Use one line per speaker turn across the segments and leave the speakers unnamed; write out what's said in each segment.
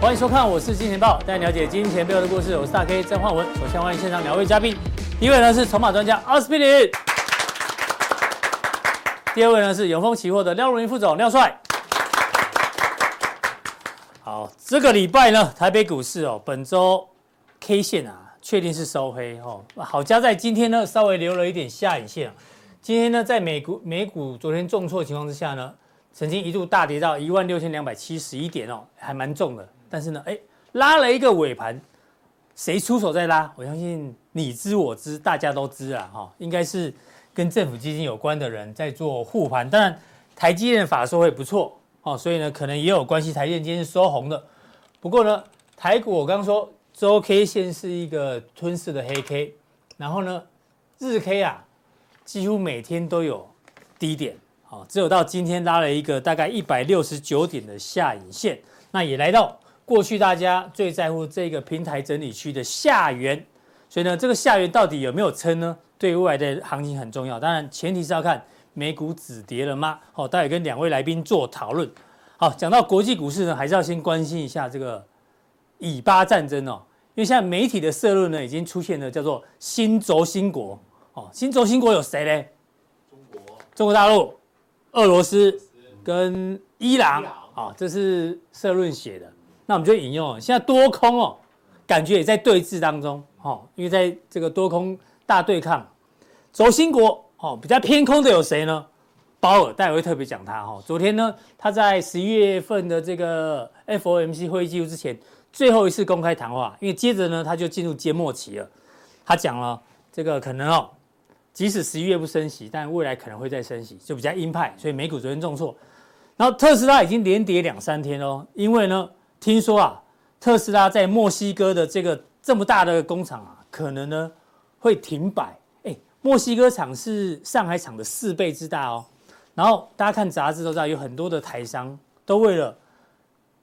欢迎收看，我是金钱豹，带你了解金钱背后的故事。我是大 K 曾焕文。首先欢迎现场两位嘉宾，第一位呢是筹码专家奥斯比林，第二位呢是永丰期货的廖如云副总廖帅。好，这个礼拜呢，台北股市哦，本周 K 线啊，确定是收黑哦。好家在今天呢，稍微留了一点下影线、啊。今天呢，在美股美股昨天重挫的情况之下呢，曾经一度大跌到一万六千两百七十一点哦，还蛮重的。但是呢，哎，拉了一个尾盘，谁出手再拉，我相信你知我知，大家都知啊，哈、应该是跟政府基金有关的人在做护盘。当然，台积电的法说会不错哦，所以呢，可能也有关系。台积电今天是收红的，不过呢，台股我刚刚说周 K 线是一个吞噬的黑 K，然后呢，日 K 啊，几乎每天都有低点，好、只有到今天拉了一个大概一百六十九点的下影线，那也来到过去大家最在乎这个平台整理区的下缘，所以呢，这个下缘到底有没有撑呢？对未来的行情很重要，当然前提是要看美股止跌了吗？好、待会跟两位来宾做讨论。好，讲到国际股市呢，还是要先关心一下这个以巴战争哦，因为现在媒体的社论呢，已经出现了叫做新轴心国哦，新轴心国有谁嘞？中国、中国大陆、俄罗斯跟伊朗啊、哦，这是社论写的。那我们就引用哦，现在多空哦，感觉也在对峙当中哦，因为在这个多空大对抗，轴心国哦，比较偏空的有谁呢？鲍尔，待会会特别讲他哦。昨天呢，他在十一月份的这个 FOMC 会议记录之前，最后一次公开谈话，因为接着呢，他就进入缄默期了。他讲了这个可能哦，即使十一月不升息，但未来可能会再升息，就比较鹰派，所以美股昨天重挫。然后特斯拉已经连跌两三天哦，因为呢，听说啊，特斯拉在墨西哥的这个这么大的工厂啊，可能呢会停摆。哎，墨西哥厂是上海厂的四倍之大哦。然后大家看杂志都知道，有很多的台商都为了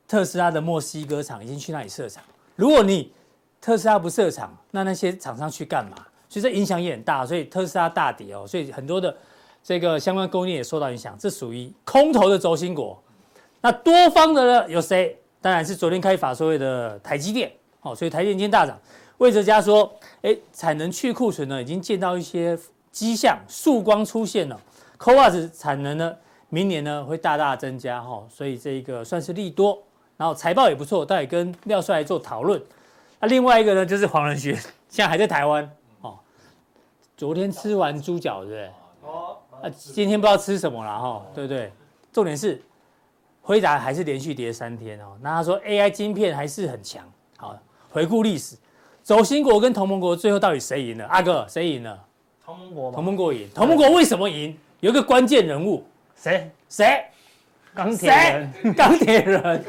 特斯拉的墨西哥厂已经去那里设厂。如果你特斯拉不设厂，那那些厂商去干嘛？所以这影响也很大，所以特斯拉大跌哦，所以很多的这个相关供应链也受到影响。这属于空头的轴心国。那多方的呢有谁？当然是昨天开法说会的台积电哦，所以台积电今天大涨。魏哲家说，哎，产能去库存呢，已经见到一些迹象，曙光出现了。c o a s 产能呢，明年呢会大大增加哈、哦，所以这个算是利多。然后财报也不错，待会跟廖帅来做讨论。那、另外一个呢，就是黄仁勋，现在还在台湾哦。昨天吃完猪脚，对不对？啊，今天不知道吃什么了哈、对不对？重点是，辉达还是连续跌三天哦。那他说 AI 晶片还是很强。好，回顾历史，轴心国跟同盟国最后到底谁赢了？阿哥，谁赢了？
同盟国
同
嘛，
盟国赢。同盟国为什么赢？有一个关键人物，
谁？
谁？
钢铁
谁
人？
钢铁人。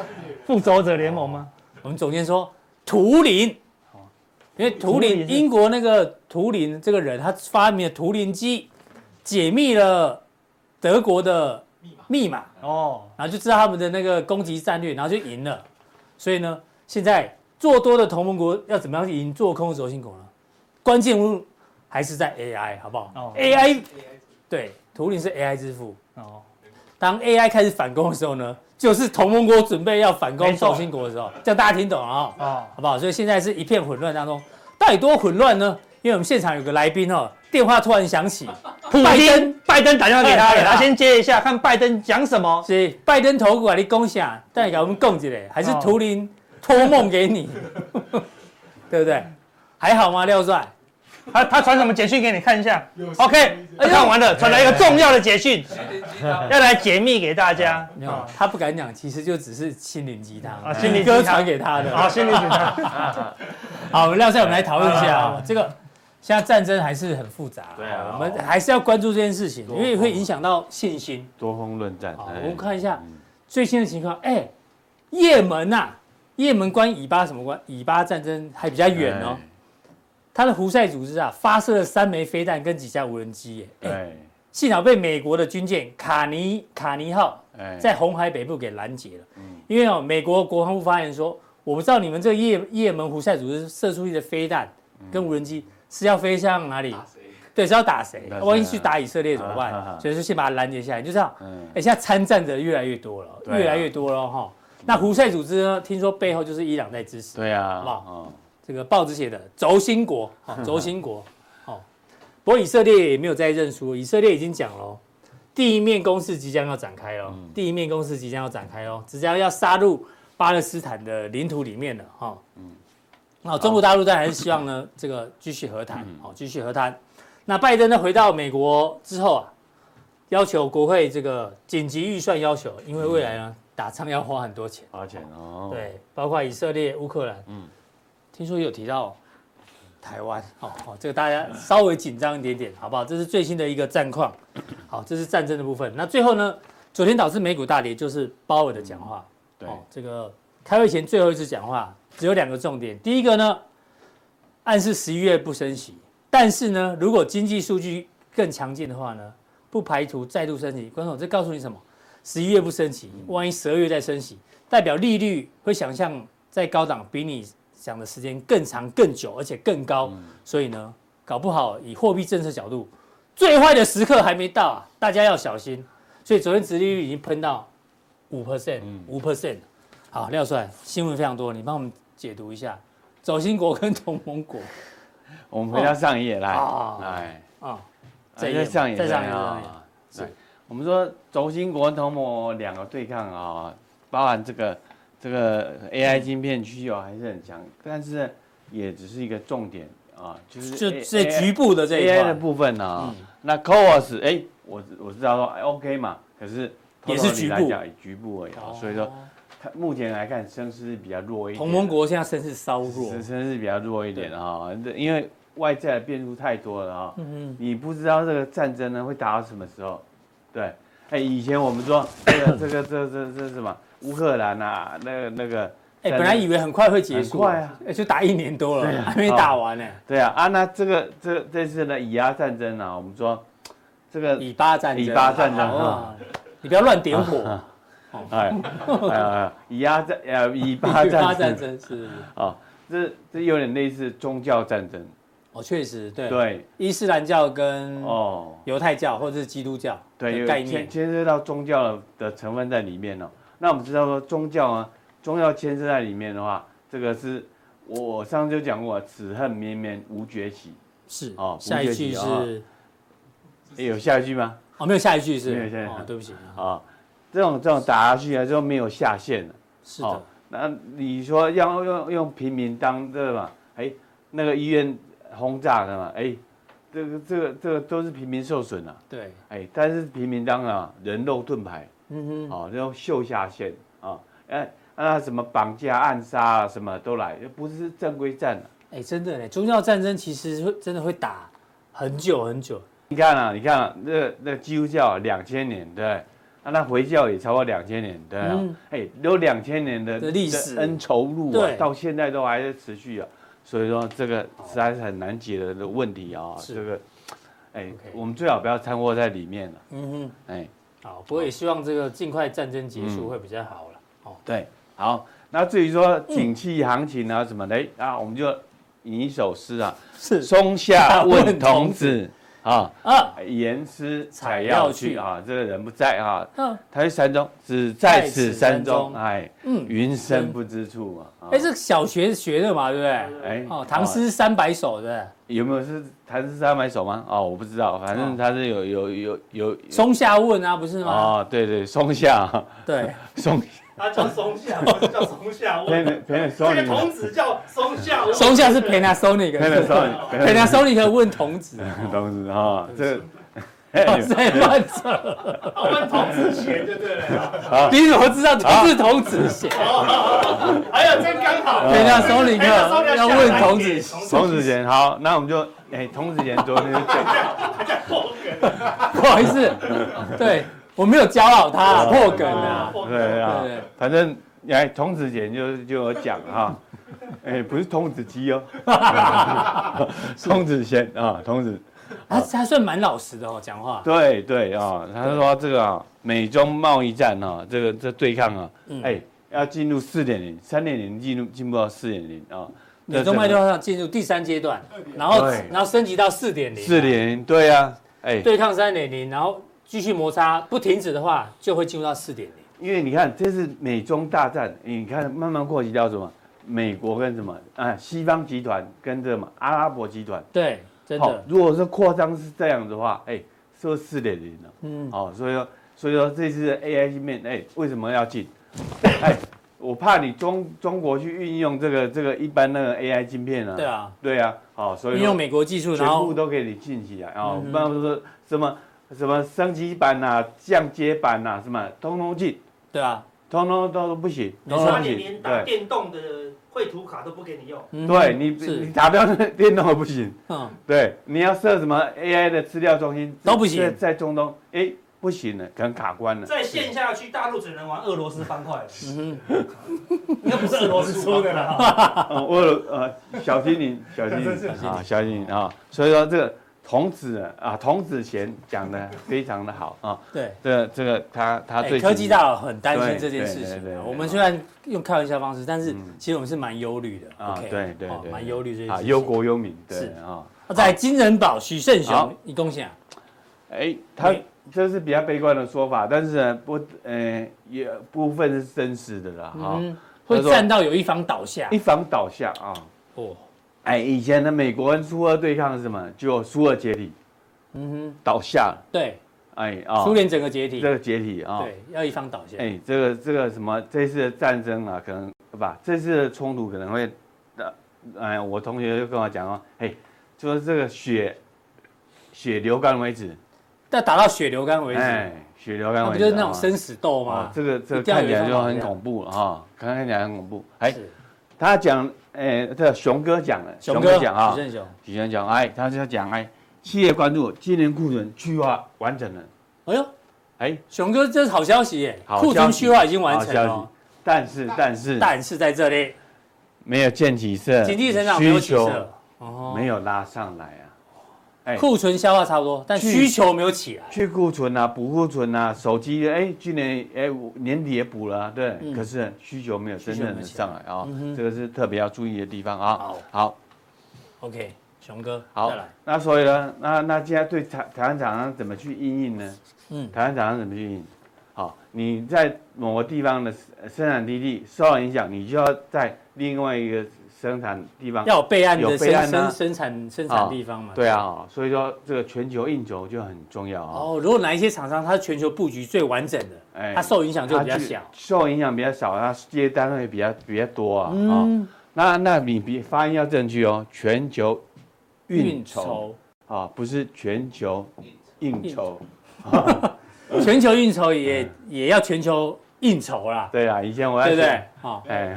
复仇者联盟吗？
我们总监说图灵，因为图
图
灵
灵是
英国那个图灵这个人，他发明了图灵机，解密了德国的密码，
哦，
然后就知道他们的那个攻击战略，然后就赢了。所以呢，现在做多的同盟国要怎么样去赢做空的轴心国呢？关键问题还是在 AI，好不好、
哦
a i 对，图灵是 AI 之父。
哦，
当 AI 开始反攻的时候呢，就是同盟国准备要反攻
没错
轴心国的时候，这样大家听懂了啊、
哦，
好不好？所以现在是一片混乱当中，到底多混乱呢？因为我们现场有个来宾哦，电话突然响起，
普
拜
京
登，
拜登打电话给他了，
哎
他先接一下，看拜登讲什么。
是拜登投股啊，你恭喜啊，但给我们供起来，还是图灵托梦给你，
哦
对不对？还好吗，廖帅？
他他传什么简讯给你看一下？OK，啊
哎呦
看完了，传来一个重要的简讯，
哎
要来解密给大家。
没有，他不敢讲，其实就只是心灵鸡汤
哦啊心灵鸡汤哦
歌传给他的。
好，心里紧张。
好，廖帅，我们来讨论一下
好好
啊，这个现在战争还是很复杂，
对啊
我们还是要关注这件事情，因为会影响到信心。
多方论战。
好
哎
我们看一下
嗯
最新的情况，哎，也门呐、也门关以巴什么关？以巴战争还比较远哦。
哎
他的胡塞组织啊，发射了三枚飞弹跟几架无人机耶，哎，
对，
幸好被美国的军舰卡尼卡尼号
哎嗯
在红海北部给拦截了。因为哦，美国国防部发言说，我不知道你们这也也门胡塞组织射出去的飞弹
嗯
跟无人机是要飞向哪里？对，是要打谁？
打谁啊
万一去打以色列怎么
啊啊
办
啊？
所以就先把它拦截下来，就这样。
嗯
哎，现在参战者越来越多了，
对啊
越来越多了哈。那胡塞组织呢？听说背后就是伊朗在支持。
对呀，
好不好
哦
这个报纸写的轴心国，好、轴心国，好、不过以色列也没有再认输，以色列已经讲了，哦第一面攻势即将要展开哦，第一面攻势即将要展开哦，即将要杀入巴勒斯坦的领土里面了，哈、嗯，那、中国大陆当然还是希望呢，这个继续和谈，好、继续和谈。那拜登呢回到美国之后啊，要求国会这个紧急预算要求，因为未来呢打仗要花很多钱。
花钱哦，，
对，包括以色列、乌克兰，嗯，听说也有提到台湾，哦哦，这个大家稍微紧张一点点，好不好？这是最新的一个战况，好，这是战争的部分。那最后呢，昨天导致美股大跌，就是鲍尔的讲话，
对，
哦这个开会前最后一次讲话，只有两个重点，第一个呢，暗示十一月不升息，但是呢，如果经济数据更强劲的话呢，不排除再度升息。观众，这告诉你什么？十一月不升息，万一十二月再升息，代表利率会想象在高档比你想的时间更长、更久，而且更高。所以呢，搞不好以货币政策角度，最坏的时刻还没到啊，大家要小心。所以昨天殖利率已经喷到五 percent，五
嗯
percent。好，廖帅，新闻非常多，你帮我们解读一下走心国跟同盟国
我们回到上一页来
哦，
来，
啊、
再一页上一页
再上一页
啊
再上一页
对，我们说轴心国同盟两个对抗啊，包含这个这个 AI 晶片需求还是很强，但是也只是一个重点啊，就是
就
A-
这
AI
局部的这一
AI 的
块，嗯
部分呢、那 CoWoS 哎、我我知道说哎 OK 嘛，可是
也是局部
Total 来讲也局部而已啊、
哦
所以说它目前来看声势是比较弱一点，
同盟国现在声势稍弱
声，声势比较弱一点啊、这因为外在的变数太多了啊、
嗯
你不知道这个战争呢会打到什么时候，对，哎、以前我们说这个这个这这这什么乌克兰啊，那个那个，
哎、本来以为很快会结
很
束，
快啊
哎就打一年多了，还没打完呢、
对啊啊，那这个这这次的以阿战争啊，我们说这个
以巴战争，
以巴战争
啊，你不要乱点火，
哎，呃，以巴战呃以巴
以巴
战
战
争
争是，
啊，这这有点类似宗教战争，
哦，确实对，
对，
伊斯兰教跟
哦，
犹太教或者是基督教
对，
的
有
概
牵
念，
牵涉到宗教的的成分在里面哦。那我们知道说宗教啊，宗教牵涉在里面的话，这个是我我上次就讲过，此恨绵绵无绝期，
是
哦
下一
不
句
越级啊
是
哎有下一句吗？
哦，没有下一句是，
没有下一句
哦，对不起，
啊，这种这种打下去啊，就没有下限了。
是的，。
那你说要用用平民当这个嘛？哎，那个医院轰炸的嘛？哎，这个这个这个都是平民受损啊。
对，
哎，但是平民当然啊人肉盾牌，
嗯哼，
哦，然后秀下线啊，哎、啊什么绑架、暗杀啊，什么都来，不是正规战、啊。
哎，真的嘞，宗教战争其实会真的会打很久很久，
你看啊，你看啊，那个那个基督教两千年对不对，啊那回教也超过两千年对不对
嗯
啊，哎、有两千年的
的历史
的恩仇路啊
对，
到现在都还在持续啊，所以说这个实在是很难解决的问题啊，
是
这个，哎、
OK
我们最好不要掺和在里面了、
嗯哼。
哎、
好，不过也希望这个尽快战争结
嗯
束会比较好了。哦，
对，好，那至于说景气行情啊什么的，哎、啊，我们就引一首诗啊，
是
松下 问童子啊，
啊，
言师采药去啊，这个人不在啊，
嗯，
他去山中，只在
在此
此山
山
中，
中
哎，
嗯
云深不知处啊啊
哎，，这个小学学的嘛，对不对？
哎
哦，唐诗三百首的，
有没有是唐诗三百首吗？哦，我不知道，反正他是有有有有
松下问啊，不是吗？
哦，对对，松下 啊
对，
松，
他叫松下，我是叫松下，我
陪陪陪松
这
你
个，童子叫松下，我
松下是 Panasonic，
陪陪
是
松你，陪
Panasonic 问童子，
童子啊，这个。 哎
哇 塞，乱扯！
我问童子贤就对了。
你怎么知道
啊
不是童子写
哎呀，真 刚好。
呃
Panasonic
哎那时候
要问童子贤
童 子贤，好，那我们就哎，童子贤昨天就讲，
不好意思，对我没有教好他 啊，破梗啊。
对啊
对，
反正哎，童子贤就就有讲 哈， 哎，不是童子鸡哦，童子贤啊，童子
他他算蛮老实的哦，讲话。
对对啊，他说这个啊，美中贸易战啊，这个这对抗啊，
嗯
哎，要进入四点零、三点零，进入进步到四点零啊。
美中贸易战要进入第三阶段，然后
对
然后升级到四点零，
四点零，对啊，哎，
对抗三点零，然后继续摩擦不停止的话，就会进入到四点零。
因为你看这是美中大战，你看慢慢扩及到什么？美国跟什么啊？西方集团跟这什么阿拉伯集团。
对，真
好，
的，
如果说扩张是这样的话，哎，是不是四点零了？
嗯，
好、所以说，所以说这次 AI 芯片，哎，为什么要进？哎，我怕你中中国去运用这个这个一般那个 AI 芯片啊。
对。啊，
对啊，好、所以
运
说
用美国技术，
全
然
部
后
都给你进起来啊，
嗯哼
不然说什么什么升级版呐、啊、降阶版呐、啊，什么通通进，
对啊，
通通都不行，
没
通
错
通
他
不
连
行
连，打
对。
电动的绘图卡都不给你用，
嗯
对你，你
是，
打不到那个电动的不行，
嗯，
对，你要设什么 AI 的资料中心
都不行
在在中东，哎，不行了，可能卡关了。
再线下去大陆只能玩俄罗斯方块，
嗯
那不是俄罗斯出的啦。
嗯，为了呃，小心你， 小心
真是
你啊，小心你啊。所以说这个童子啊，童子贤讲的非常的好啊。
哼，对。
这个这个他他
哎，
最
科技大佬很担心
对
这件
对
事
对
情
对
的。
对
我们
对
虽然用开玩笑方式，但是
嗯
其实我们是蛮忧虑的。
啊
OK，
对对
哦
对
蛮忧虑这件事
啊，
情。
忧国忧民，对
是
啊。
啊在金人宝许胜
好
雄，你恭喜啊！
哎，他
对
这是比较悲观的说法，但是呢，不，呃，也部分是真实的啦哈。
嗯，会站到有一方倒下
一。防倒下啊，
哦，
哎，以前的美国跟苏俄对抗是什么？就苏俄解体
嗯
倒下了，
哼，对，
哎啊，
苏联整个解体
这，个解体啊，
对，要一方倒下。
哎，这个这个什么，这次的战争啊，可能对吧？这次的冲突可能会，呃，哎，我同学就跟我讲哦，哎，说这个血血流干为止，
但打到血流干为止，
哎，血流干
那不
为止，
就是那种
啊
生死斗
哦
吗？
这个这个
一定要
看
有
起来
一
就
方
很
跑掉
恐怖了哈，看看起来很恐怖。哎，
是，
他讲，哎，这个熊哥讲了，
熊哥，
讲啊
许，胜雄，
许先讲，哎，他就讲，哎，企业关注今年库存去化完整了，
哎呦，
哎，
熊哥，这是好消息耶！
好
库
消
存
息
去化已经完
好
成
消
了哦
息，但是但是
但是在这里，
没有见起色，
经济成长没有
嗯需
起
求
色，哦
没有拉上来啊。哎
库存消化差不多，但
去
需求没有起来。
去库存啊，补库存啊，手机哎，去年哎我年底也补了啊、对，
嗯
可是需求没有真正的上来啊、
需求没有起来嗯哼
这个是特别要注意的地方啊。
好
好，
OK，熊哥，
好
再来，
那所以呢，那那现在对台台湾厂商怎么去应应呢？
嗯
台湾厂商怎么去应应？好，你在某个地方的呃生产基地受到影响，你就要在另外一个生产地方
要有备案的
有备
生
案啊
生生产生产
啊
地方嘛？
对啊、哦所以说这个全球应酬就很重要啊、
哦，如果哪一些厂商它全球布局最完整的，
哎
它受影响就比较
它去
小。
受影响比较少，它接单位比较比较多啊。啊、
嗯，
那那你比发音要正确哦，全球运
运
筹
筹，
啊，不是全球应
应
酬。
全球运筹
哎
也也要全球应酬啦，
对啊，以前我在
对不对？好，
哎，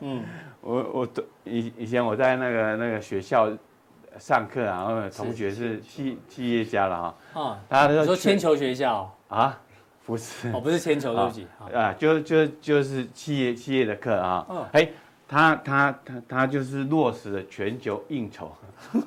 嗯，
我我都以以前我在那个那个学校上课啊，然后有同学是企企业家了啊，
啊，
他
你
说
说
全
铅球学校，
啊，不是
哦，不是铅球，对不起，好
啊，就就就是企业企业的课啊
嗯，
哎、他他他他就是落实了全球应酬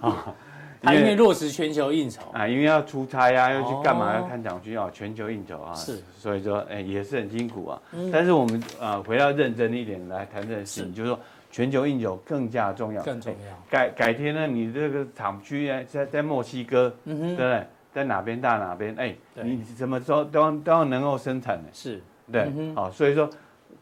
啊，
它因为落实全球应酬，
啊，因为要出差啊，要去干嘛，
哦
要看长军啊，全球应酬啊，
是，嗯
所以说哎、也是很辛苦啊，但是我们啊回到认真一点来谈这个事情，就是说全球应酬更加重要，
更重
哎
要。
改改天呢，你这个厂区啊，在在墨西哥，
嗯
对不
哼，
对？在哪边大哪边，哎、
对
你什么时候都要都要能够生产的。
是
对
嗯，哼
好、所以说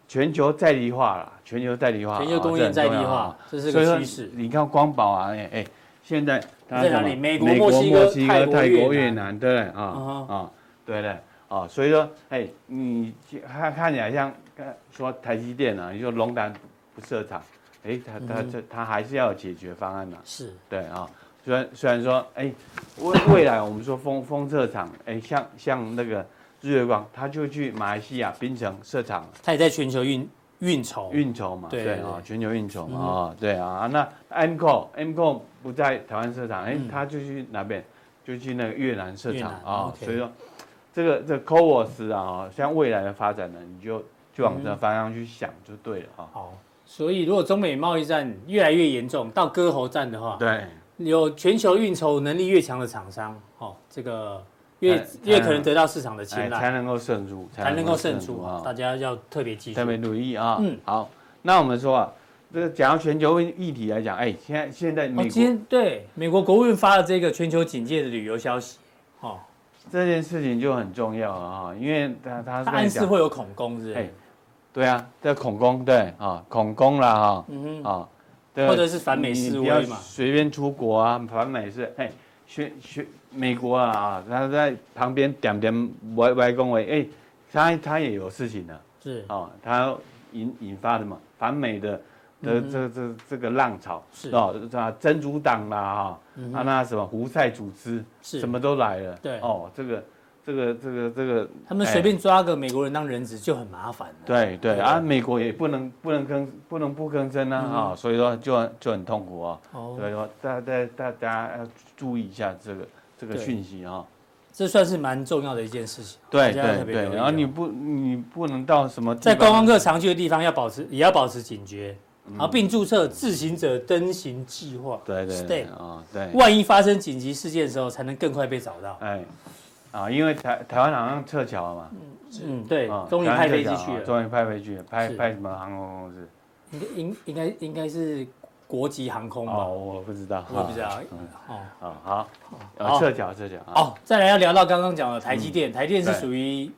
全球在地化啦，全球在地化，
全球供应在地化，这
啊这
是
很重要啊
个趋势
所以。说你看光宝啊，哎哎，现在它
在哪
什么
里美国
墨
墨西哥
西
泰
哥、
国
泰国、
越
越
南
南，对不对啊
嗯
啊，对对啊，所以说，哎，你看看起来像呃说台积电啊，你说龙潭不设厂，哎，它它
嗯哼
这它还是要有解决方案的、
是，
对啊。虽然虽然说，哎，未未来我们说封封测厂，哎，像像那个日月光，他就去马来西亚槟城设厂，
它也在全球运运筹，
运筹嘛，
对
对
对
啊
对，
全球运筹嘛，
嗯
啊
哼、
对啊。那 MCO MCO 不在台湾设厂，哎、
嗯
他就去哪边？就去那个越南设
越
厂
南哦
啊、
OK
所以说，这个这 c o w o s 啊，像未来的发展呢，你就就往这
嗯
个方向去想就对了啊、
好，所以如果中美贸易战越来越严重，到割喉战的话，
对，
有全球运筹能力越强的厂商，哦，这个越
才
越可能得到市场的青
哎才
睐，
能够胜出，
才能够胜出啊！
啊
大家要特别记住哦
特。别留意啊。
嗯
好，那我们说啊，这个讲到全球议题来讲，哎，现在现在
哦，今
美国
天对美国国务院发了这个全球警戒的旅游消息，哦，
这件事情就很重要了啊，因为他
它
他是
暗
跟你
示
讲，
会有恐攻，是不
哎
是？，
对啊，这恐攻对啊，恐攻啦哈
嗯哼，
啊，这个
或者是反美
你
示
你不要
威嘛
随便出国啊，反美是哎，学学美国啊啊，他在旁边点点歪歪恭维，哎，他他也有事情的。
是
哦，它引引发的嘛，反美的的
嗯哼
这这这个浪潮
是
哦，是吧？真主党啦哈，
嗯
啊
哼，
那什么胡塞组织，
是
什么都来了，
对
哦，这个这个这个这个，
他们
哎
随便抓个美国人当人质就很麻烦了。
对对
对
啊，美国也不能不能吭不能不吭声
嗯
啊，
哼
啊，所以说就很就很痛苦啊，
哦，
所以说大大大家要注意一下这个这个
对
讯息啊。
这算是蛮重要的一件事情。
对
大家要特
对
别
对
留，意
然后你
哦
不你不能到什么地
在观光
方
客常去的地方要保持，也要保持警觉，
嗯
然后并注册自行者登行计划。
对对对
stay，
啊对，
万一发生紧急事件的时候，才能更快被找到。
哎，啊，因为台台湾好像撤侨了嘛，
嗯，对
啊，
终于
台
派
湾撤
飞机
侨
去
啊
了，
终于派飞去了，派
是
派什么航空公司？
应该应应该应该是国际航空
哦，
吧？
我不知道，
嗯我也不知道
嗯。
哦，
哦，好，
好
啊，撤侨撤侨啊，
哦，再来要聊到刚刚讲的台积电，台积电是
嗯对
属于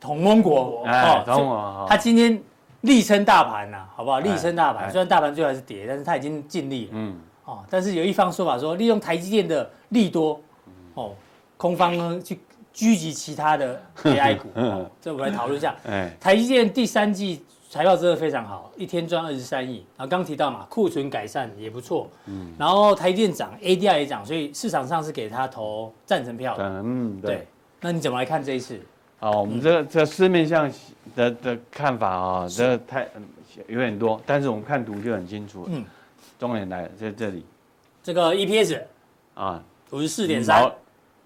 同盟国
哎，中
这
国啊
它今天力撑大盘呐，好不好？
哎
力撑大盘，
哎
虽然大盘最后还是跌，但是它已经尽力了。
嗯，
哦，但是有一方说法说，利用台积电的利多，哦，空方呢去狙击其他 的 AI 股。哦这我们来讨论一下。
嗯哎，
台积电第三季财报真的非常好，一天赚二十三亿。然后刚提到嘛，库存改善也不错。嗯，然后台积电涨，ADR 也涨，所以市场上是给它投赞成票的。
嗯，对，
那你怎么来看这一次？
好，我们这
嗯
这市面上的的看法啊，这太嗯有点多，但是我们看图就很清楚，
嗯
嗯，重点来了，在这里
这个 EPS
啊，
五十四点三
毛，，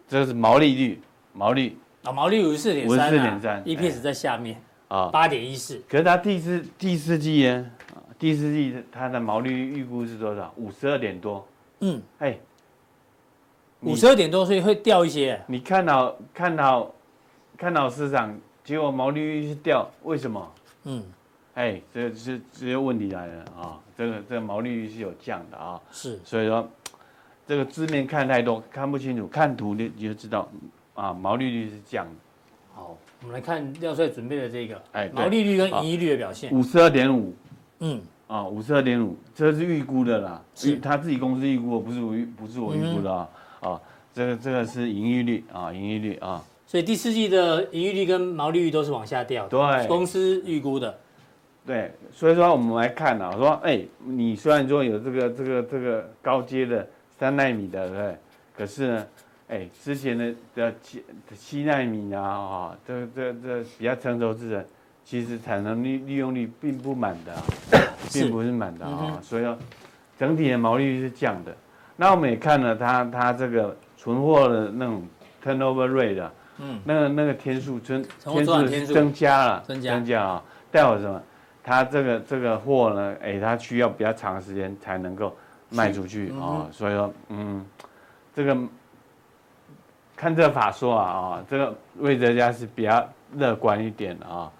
这是毛利率，毛利
啊，毛利五十四点三，哎
54.3
EPS 在下面
啊，
八点一四，
可是它第四第四季呢，啊第四季它的毛利率预估是多少？五十二点多。
嗯，
哎，你
五十二点多，所以会掉一些。
你看到看到看到市场，结果毛利率是掉，为什么？
嗯，
哎，这这这些问题来了啊、这个这个毛利率是有降的啊、
是。
所以说这个字面看太多，看不清楚，看图你你就知道啊，毛利率是降的，
好，我们来看廖帅准备的这个，
哎对
毛利率跟盈利率的表现。
五十二点五
嗯，
啊，五十二点五，这是预估的啦，
是
预他自己公司预估，不是我预不是我预估的啊、啊，这个这个是盈利率啊，盈利率啊，
所以第四季的盈利率跟毛利率都是往下掉的，
对
公司预估的。
对，所以说我们来看啊，说哎，你虽然说有这个这个这个高阶的三纳米的，对不对，可是呢，哎，之前的的七七纳米啊，啊，这这这比较成熟制程，其实产能利利用率并不满的、 啊，并不是满的
嗯
啊、
哼
所以说整体的毛利率是降的。那我们也看了它它这个存货的那种 turnover rate 的、
嗯
那个那个天数增
存货周转天
是
数
增加了，
增加
啊，代表什么？它这个这个货呢，哎，它需要比较长时间才能够卖出去啊、
嗯
哦
哼，
所以说，嗯，这个看这法说啊啊、这个魏哲家是比较乐观一点的啊、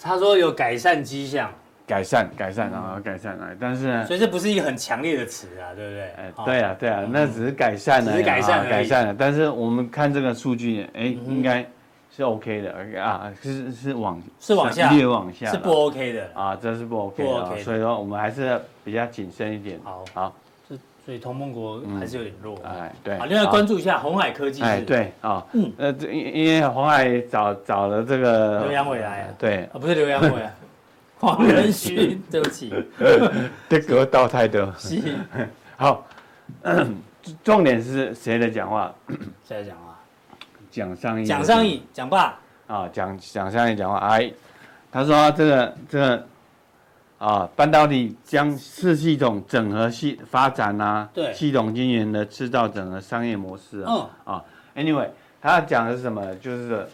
他说有改善迹象，
改善改善啊、改善啊，但是呢，
嗯所以这不是一个很强烈的词啊，对不对？
哎，
好
对，啊，对啊，那只是改善了，
只是改善而
啊
已
改善了。但是我们看这个数据，哎，
嗯
应该是 OK 的啊，是是往
是往下
略往下了，
是不 OK 的。
啊，这是不 OK
不
的
OK
啊，
的
所以说我们还是比较谨慎一点。
好
好，
所以同盟国还是有点弱。
哎，对，
好，另外关
注，
注一下红海科技
哎，
是，
对啊
嗯，
呃，这因因为黄海找找了这个
刘阳伟来啊
对，
啊，不是刘阳伟 啊，黄仁勋，对不起，
这个倒太多。
是
好， 重点是谁的讲话？
谁在讲啊？
蒋尚义，
蒋尚义，蒋爸，
啊，讲讲上面讲话，哎，他说这个这个啊，半导体将是系统整合系发展啊，
对
系统经营的制造整合商业模式
嗯
啊，啊，anyway，他要讲的是什么？就是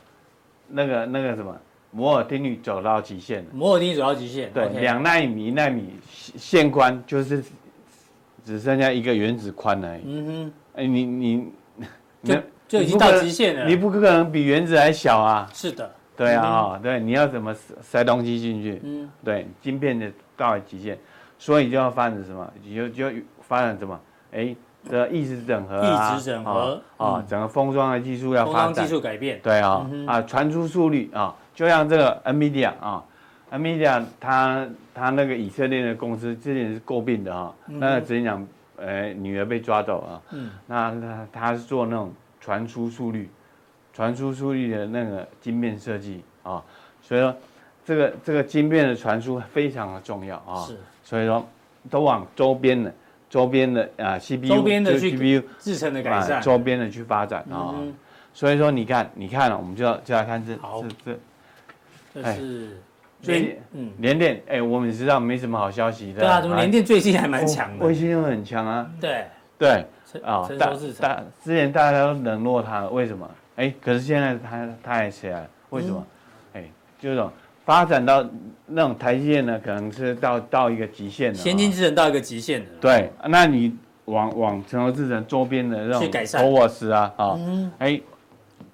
那个那个什么摩尔定律走到极限了，
摩尔定律走到极限，
对，
OK
两纳米、一纳米线线宽就是只剩下一个原子宽而已。
嗯
哎，你你
哼，就
你
就已经到极限了。
你不可能比原子还小啊！
是的，
对啊，哦，对，你要怎么塞塞东西进去？
嗯，
对，晶片的到了极限，所以就要发展什么？就就要发展什么？哎，这异质整合啊，
异质整合
哦哦
嗯，
整个封装的技术要
封
发
装技
展。
术改变，
对啊、
嗯哼
啊，传输速率啊，就像这个 NVIDIA 啊，NVIDIA 它它那个以色列的公司之前是诟病的啊，那执行长呃女儿被抓走啊，
嗯
那那他是做那种传输速率，传输速率的那个晶片设计啊，所以说这个这个晶片的传输非常的重要啊，
是
所以说都往周边的周边的啊 CPU
周边的
就
去
GPU
制成的改
啊
善。
周边的去发展啊。
嗯
所以说你看，你看了、我们就要就要看这
好
这这
哼，这
哎
是
联
最
电
嗯，
联电，哎、我们知道没什么好消息的。
对啊，怎么联
电
电最近还蛮强
卫
的？
星又很强啊，
对，
对
成
啊
成，
大
熟市场
大之前大家都冷落它了，为什么？哎、可是现在它它还起来了，啊为什么？
嗯
哎、就是这种发展到那种台阶呢，可能是到到一个极限了、啊。
先进制程到一个极限了。
对，那你往往成熟制程周边的那种
去改善
p o w e r s 啊啊，
嗯，
哎、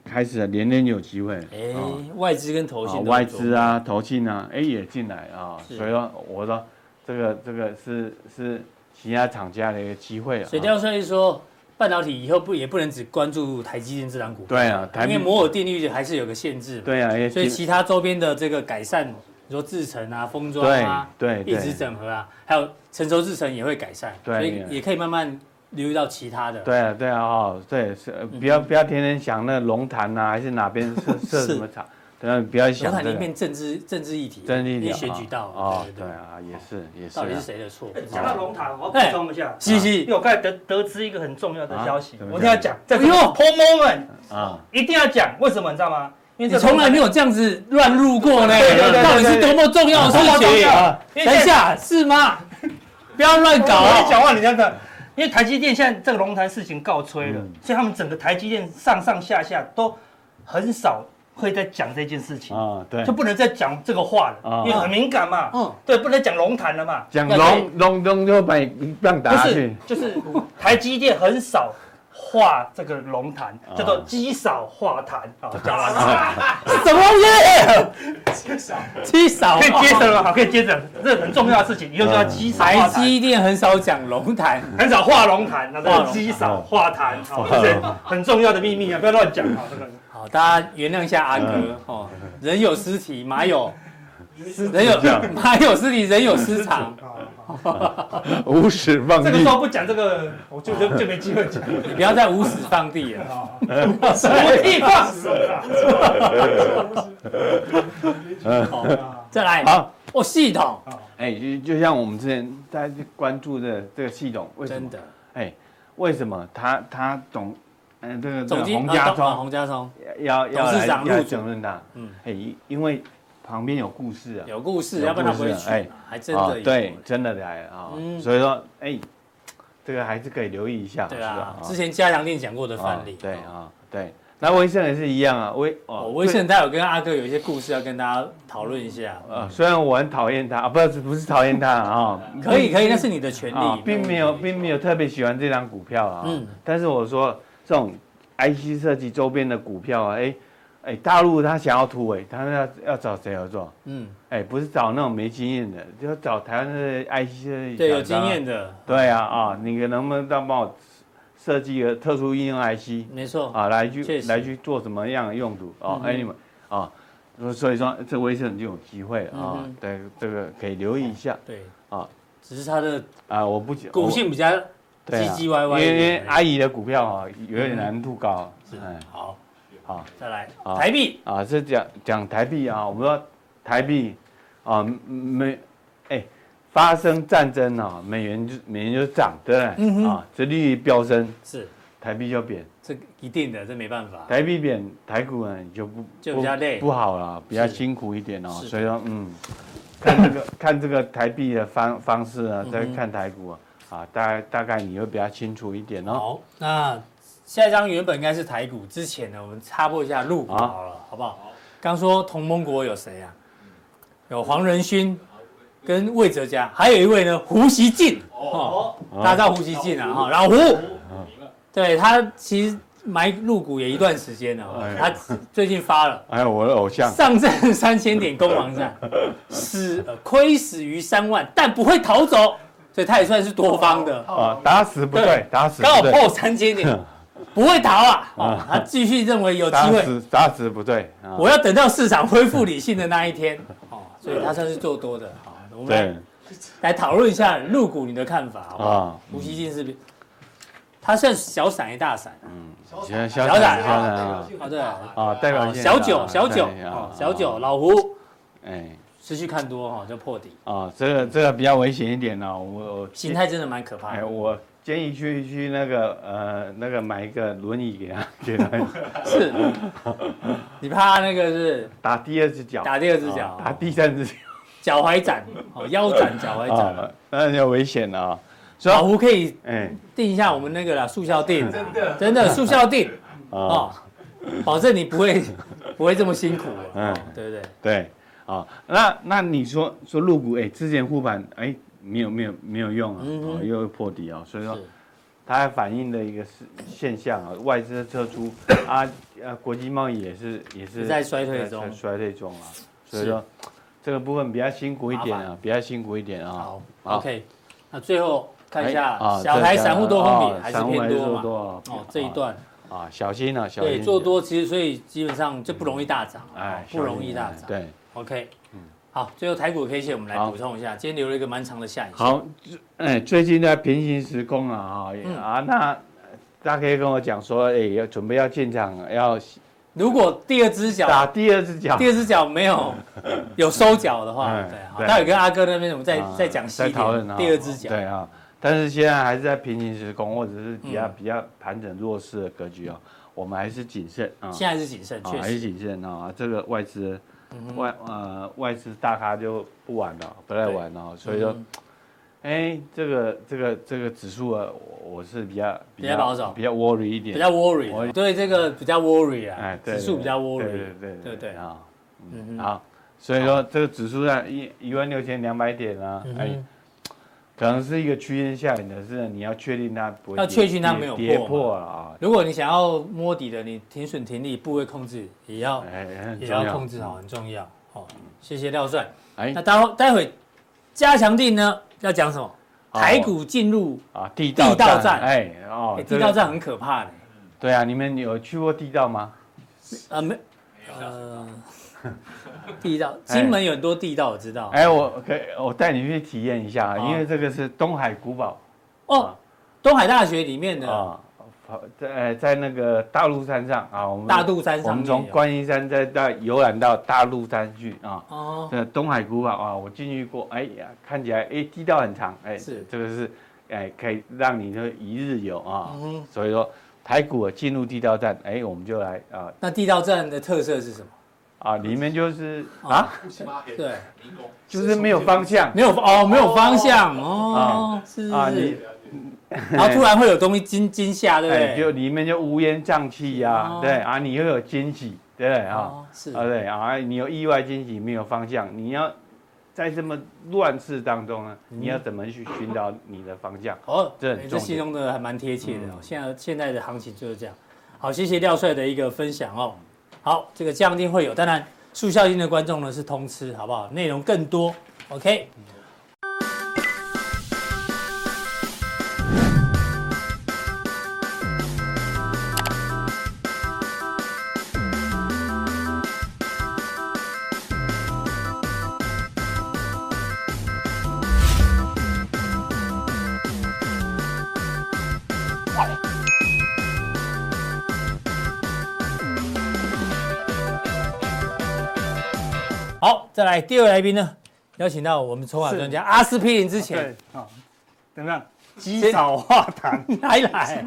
开始了联电有机会了。
哎
啊，
外资跟投
啊，
信都
外
做
资，啊、投信啊，哎也进来啊，
是
所以说我说这个这个是是其他厂家的一个机会啊
所以。廖帅说，半导体以后不也不能只关注台积电这张股票，
对啊，台
因为
面
摩尔定律还是有个限制嘛。
对啊，也
所以其他周边的这个改善，你说制程啊、封装
对
啊、
对
一直
对
整合啊，还有成熟制程也会改善，
对
所以也可以慢慢流入到其他的。
对啊对啊哦，对是呃不要不要天天想那龙潭啊，还是哪边 设
嗯是
设什么厂，对啊，不要
龙
想
潭
这
里
个
面政治政治议题，
真力
因为
量
选举到
哦，
对
对
对对，
啊，也是也是
到底是
啊，
谁的错？
哎讲到龙潭，我要补
哎
充一下，
嘻
因
嘻，
啊
为我刚才得得知一个很重要的消息
啊怎，么
我一定要讲。在
哎
这
呦
个 p moment
啊，
一定要讲，为什么你知道吗？因为
你
这
从来没有这样子乱入过呢
对对对对，
到底是多么重要的事
多么重
情
要
啊？
因为
等一
现在
下，是吗？不要乱搞
我在
啊！
讲话，你这样子。因为台积电现在这个龙潭事情告吹了，
嗯
所以他们整个台积电上上下下都很少会在讲这件事
哎
情，
啊对
就，不能再讲这个话了，
啊
因为很敏感嘛。
嗯
对，不能讲龙潭了嘛。
讲
要对
龙龙龙就把你棒打
不
下
是
去，，
就是
嗯
台积电很少画这个龙潭，叫做积少化痰啊，讲完了，
什么东西？七少，啊
可以接着了，好，可以接着，这是很重要的事情，以后就
嗯
要积少
台
化 痰。
积电很少讲龙潭，
很少画龙潭，那
化
这
龙
个
潭
积少化痰，
啊
好，
哦
这是很重要的秘密啊，不要乱讲啊，这个。
好，大家原谅一下阿哥哦，人有失蹄，马有人有
这样
马有失蹄，人有失常。
无耻放
这个
屁
时，候不讲这个，我就就就没机会讲了
你不要再无耻放地了。
啊。什么地方？啊
再来，
好。
哦，系统
哎、就就像我们之前大家去关注的这个系统，为什
真
么？
的，
哎、为什么他他董，嗯、这个这
总
个
经
洪家
啊
庄
洪家聪
要要
董
来
事长
要
入主
整论他，
嗯
嗯，哎、因为旁边有故事啊，
有故事，
有
要不然他不会
故事
去
啊哎
嘛，还真的有
对，真的来了啊、
嗯
所以说，哎、这个还是可以留意一下，
对
是
啊
吧，
之前嘉良店讲过的范例，
啊对啊，对，那威盛也是一样啊，威
哦，威盛他有跟阿哥有一些故事要跟大家讨论一下，
呃，虽然我很讨厌他啊，不是不是讨厌 他啊，
可以可以，那是你的权
啊
利，，
并没有，并没有特别喜欢这张股票啊。
嗯
但是我说这种 IC 设计周边的股票啊，哎哎，大陆他想要突围，他要要找谁合作？
嗯，
哎，不是找那种没经验的，就找台湾的 IC 设计
对，有
厂商
经
啊。
验的，
对啊啊，你能不能再帮我设计个特殊应用 IC
没错，
啊，来
确
去
实
来去做什么样的用途啊
嗯哼
？Anyway 啊，所以所以说这微信就有机会了啊
嗯哼，
对这个可以留意一下
对
啊，
只是他的
啊，我不
股
我
性比较
对啊
唧唧歪歪一
因
点
为因为阿姨的股票啊有点难度高，
是
哎，
好，
好
再来
好
台币，
啊，是讲讲台币啊，我们说台币啊嗯美，哎，发生战争啊，美元就美元就涨，对不
嗯哼
对？啊，这利率飙升，
是
台币就贬，
这个一定的，这没办法。
台币贬，台股呢就不
就比较累
不不好了，比较
是
辛苦一点哦，
是
所以说嗯，看这个看这个台币的方方式啊，再
嗯哼
看台股啊，啊，大概大概你会比较清楚一点哦。
好，那下一张原本应该是台股，之前呢，我们插播一下陆股好了，好不好？刚说同盟国有谁啊？有黄仁勋，跟魏哲家，还有一位呢胡锡进 哦，大家知道胡锡进啊哈，老胡，对他其实买入股也一段时间了哦
哎，
他最近发了。
还有我的偶像，
上证三千点攻防战，死呃亏死于三万，但不会逃走，所以他也算是多方的，
啊，打死不对
对，
打死
刚好
不对，
破三千点， 不会逃啊！哦他继续认为有机
打
会，
死打死不对啊，
我要等到市场恢复理性的那一天哦，所以他算是做多的。好，我们来
对
来讨论一下入股你的看法好不好？
啊，
胡锡进是不是？他算小散一大散啊
现在小
小
闪
闪
小闪啊
啊？对啊，
啊，代表
哦
性
小九
啊
小九
对啊
哦小九老胡
哎
持续看多哈，就破底，
啊，这个这个比较危险一点哦，我我
形态真的蛮可怕
哎，
的。
我建议去去那个呃那个买一个轮椅给他 给他
是，你怕那个是
打第二只脚，
打第二只脚
啊打第三只脚
脚踝斩哦，腰斩脚踝斩
啊。，那就危险了啊，所
老
以
胡可以
哎
定一下我们那个啦，速效定，真的真的速效定
啊
哦，保证你不会 不会这么辛苦了，
嗯
对不对？
对啊，那那你说说入股哎，之前护板哎没有没有没有用啊，
嗯哼
哦又破底啊，所以说
是
它还反映的一个是现象啊，外资的撤 出啊，呃，国际贸易也是也是
在衰退中
在衰退中啊，所以
是
说这个部分比较辛苦一点
麻
啊，比较辛苦一点啊。
好
好
，OK，那最后看一下
哎啊
小台散户多空
这
比
个哦
还是
散户
偏多
做
嘛？
啊
哦，这一段
啊，小心啊，小心一
对
点
做，多，其实所以基本上就不容易大涨，哦
哎，
不容易大
小心一
涨。
点对，嗯
OK，好，最后台股 K 线我们来
好
补充一下，今天留了一个蛮长的下影线。
好，最哎，最近在平行时空啊，哈也
嗯
啊，那大家可以跟我讲说，哎，要准备要进场，要
如果第二只脚
打第二只脚，
第二只脚没 有有收脚的话，
嗯
对，好，
对
待会跟阿哥那边我们再
啊
再讲细
再
一
讨论
点
啊。
第二只脚，
对啊，但是现在还是在平行时空，或者是比较
嗯
比较盘整弱势的格局啊，我们还是谨慎啊，
现在是谨慎，
啊
确
还
实，
是
嗯
谨慎啊。这个外资外呃外资大咖就不玩了，不太玩了，所以说
嗯，
哎，这个这个这个指数啊，我我是比较
比较保守
比较 worry 一点，
比较 worry，啊
我
对这个比较 worry 啊
哎，，对
指数比较
对
worry，
对
对
对
对
啊，
嗯哼，
好，所以说这个指数在一一万六千两百点啊，哎
嗯。
可能是一个区间下影的是，你要确定它不会
要
跌
确定它
跌
没有
跌
破嘛
破了啊，
如果你想要摸底的，你停损停利部位控制也要
哎，很
也
重
要
要嗯
控制好，。很重要。好，谢谢廖帅。
哎
那待会待会加强定呢要讲什么？
好
台股进入
啊，地
地
道
道战
哎哦
哎，
这
地
个
道战很可怕的，
对啊，你们有去过地道吗？
呃没，呃，地 道，金门有很多地道，我知道。
哎，我可以我带你去体验一下啊，
好
因为这个是东海古堡
哦，东海大学里面的
啊，跑在哎在那个大陆山上啊，我们
大肚山
我
上
们
面
从
有
观音山再到游览到大陆山去啊。
哦，
这个东海古堡啊，我进去过，哎呀，看起来哎地道很长，哎，
是
这个是哎可以让你就一日游啊，
嗯哼
所以说台股进入地道战，哎，我们就来啊
那地道战的特色是什么？
啊，里面就是
哦
啊，
对，
就是没有方向
没有哦，没有方向哦，是
啊，
是
你
是，然后突然会有东西惊惊吓，对不哦
哎就
对？
里面就乌烟瘴气呀
哦，
对啊，你又有惊喜，对不对啊？
哦，是
啊对啊，你有意外惊喜，没有方向，你要在这么乱世当中呢，
嗯
你要怎么去寻找你的方向？
哦，
这很
哎这
重
形
点嗯
容的还蛮贴切的哦。现在现在的行情就是这样。好，谢谢廖帅的一个分享哦。好，这个降定会有，当然速效金的观众呢是通吃，好不好？内容更多，OK。好，再来第二位来宾呢，邀请到我们筹码专家阿司匹林之前
对，啊，怎么样？积少化痰
来来，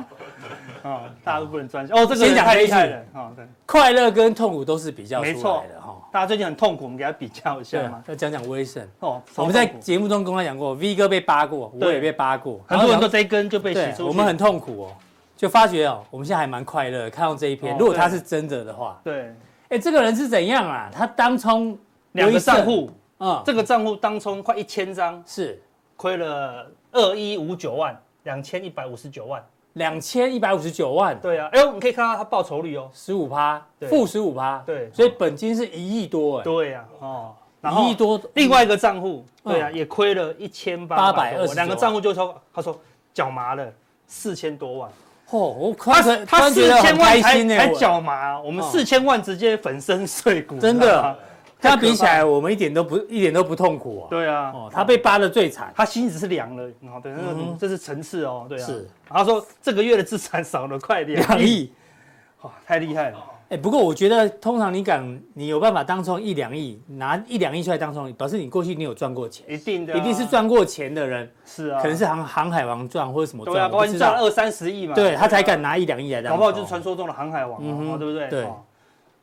啊，大家都不能专心。哦，这个
先
人
讲
太
这一
厉害
句
了啊！对，
快乐跟痛苦都是比较出
没错
来的哈。
大家最近很痛苦，我们给他比较
对
一下
啊
嘛，。
要讲讲威盛。
哦，
我们在
超痛苦
节目中跟他讲过，V 哥被扒过，我
对
也被扒过，
很多人
然后
都这一根就被洗
对
出，去。
我们很痛苦哦，就发觉哦，我们现在还蛮快乐的，看到这一篇，
哦
如果他
对
是真的的话，
对
哎，这个人是怎样啊？他当冲
两个账户
嗯，
这个账户当冲快一千张，
是
亏了二一五九万，两千一百五十九万。
两千一百五十九万，
对啊，哎呦，你可以看到它报酬率哦。
十五趴，
对
负十五趴，
对
所以本金是一亿多，哎，
对啊，哦，然
一
后
亿多，
另外一个账户，
嗯
对啊，也亏了一千八百多
829
万，两个账户就说，他说脚麻了。四千多万，
哦，我看着突然觉
四
得
千
很
万
开
才
心呢，
才
我
脚麻，我们
哦
四千万直接粉身碎骨，
真的
你知道吗
跟他
太可
比起
怕
来，我们一点都不一点都不痛苦啊，
对啊，
哦，他被扒的最惨，
他心只是凉了，然后对，那个
嗯
这是层次哦，对啊。
是
然后他说这个月的资产少了快
两
两亿，
亿。
哇，太厉害了。
哎，不过我觉得通常你敢，你有办法当冲一两亿，拿一两亿出来当冲，表示你过去你有赚过钱，
一定的啊、
一定是赚过钱的人，
是啊，
可能是航航海王赚或者什么
对啊，
赚，
高
我
你
不知
赚了
道，
二三十亿嘛，啊
对他才敢拿一两亿来当冲，
搞不好就是传说中的航海王、啊
嗯哼
哦对不对？
对
哦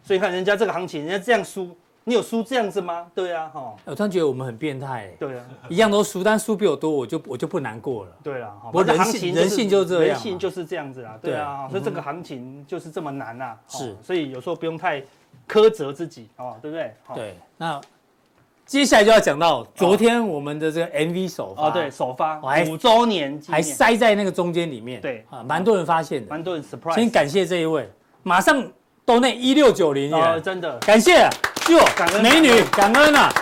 所以看人家这个行情，人家这样输，你有输这样子吗？对啊，哈、
哎我突然觉得我们很变态，哎
对啊，
一样都输，但输比我多，我就我就不难过了。
对啊，哈
不过
反正
人
行
性
情
人性就这样
人
嘛
性就是这样子啦，对啊，
对嗯
哦所以这个行情就是这么难呐、哦
是
所以有时候不用太苛责自己哦，对不对？哦，
对，那接下来就要讲到昨天我们的这个 MV 首发，
哦，对，，首发
我还
五周年纪
还
念，
塞在那个中间里面，
对
啊，蛮多人发现的。
蛮多人
先
surprise，
感谢这一位，马上都内一六九零
哦，
元，
真的，
感谢就
感恩
美女，感恩啊！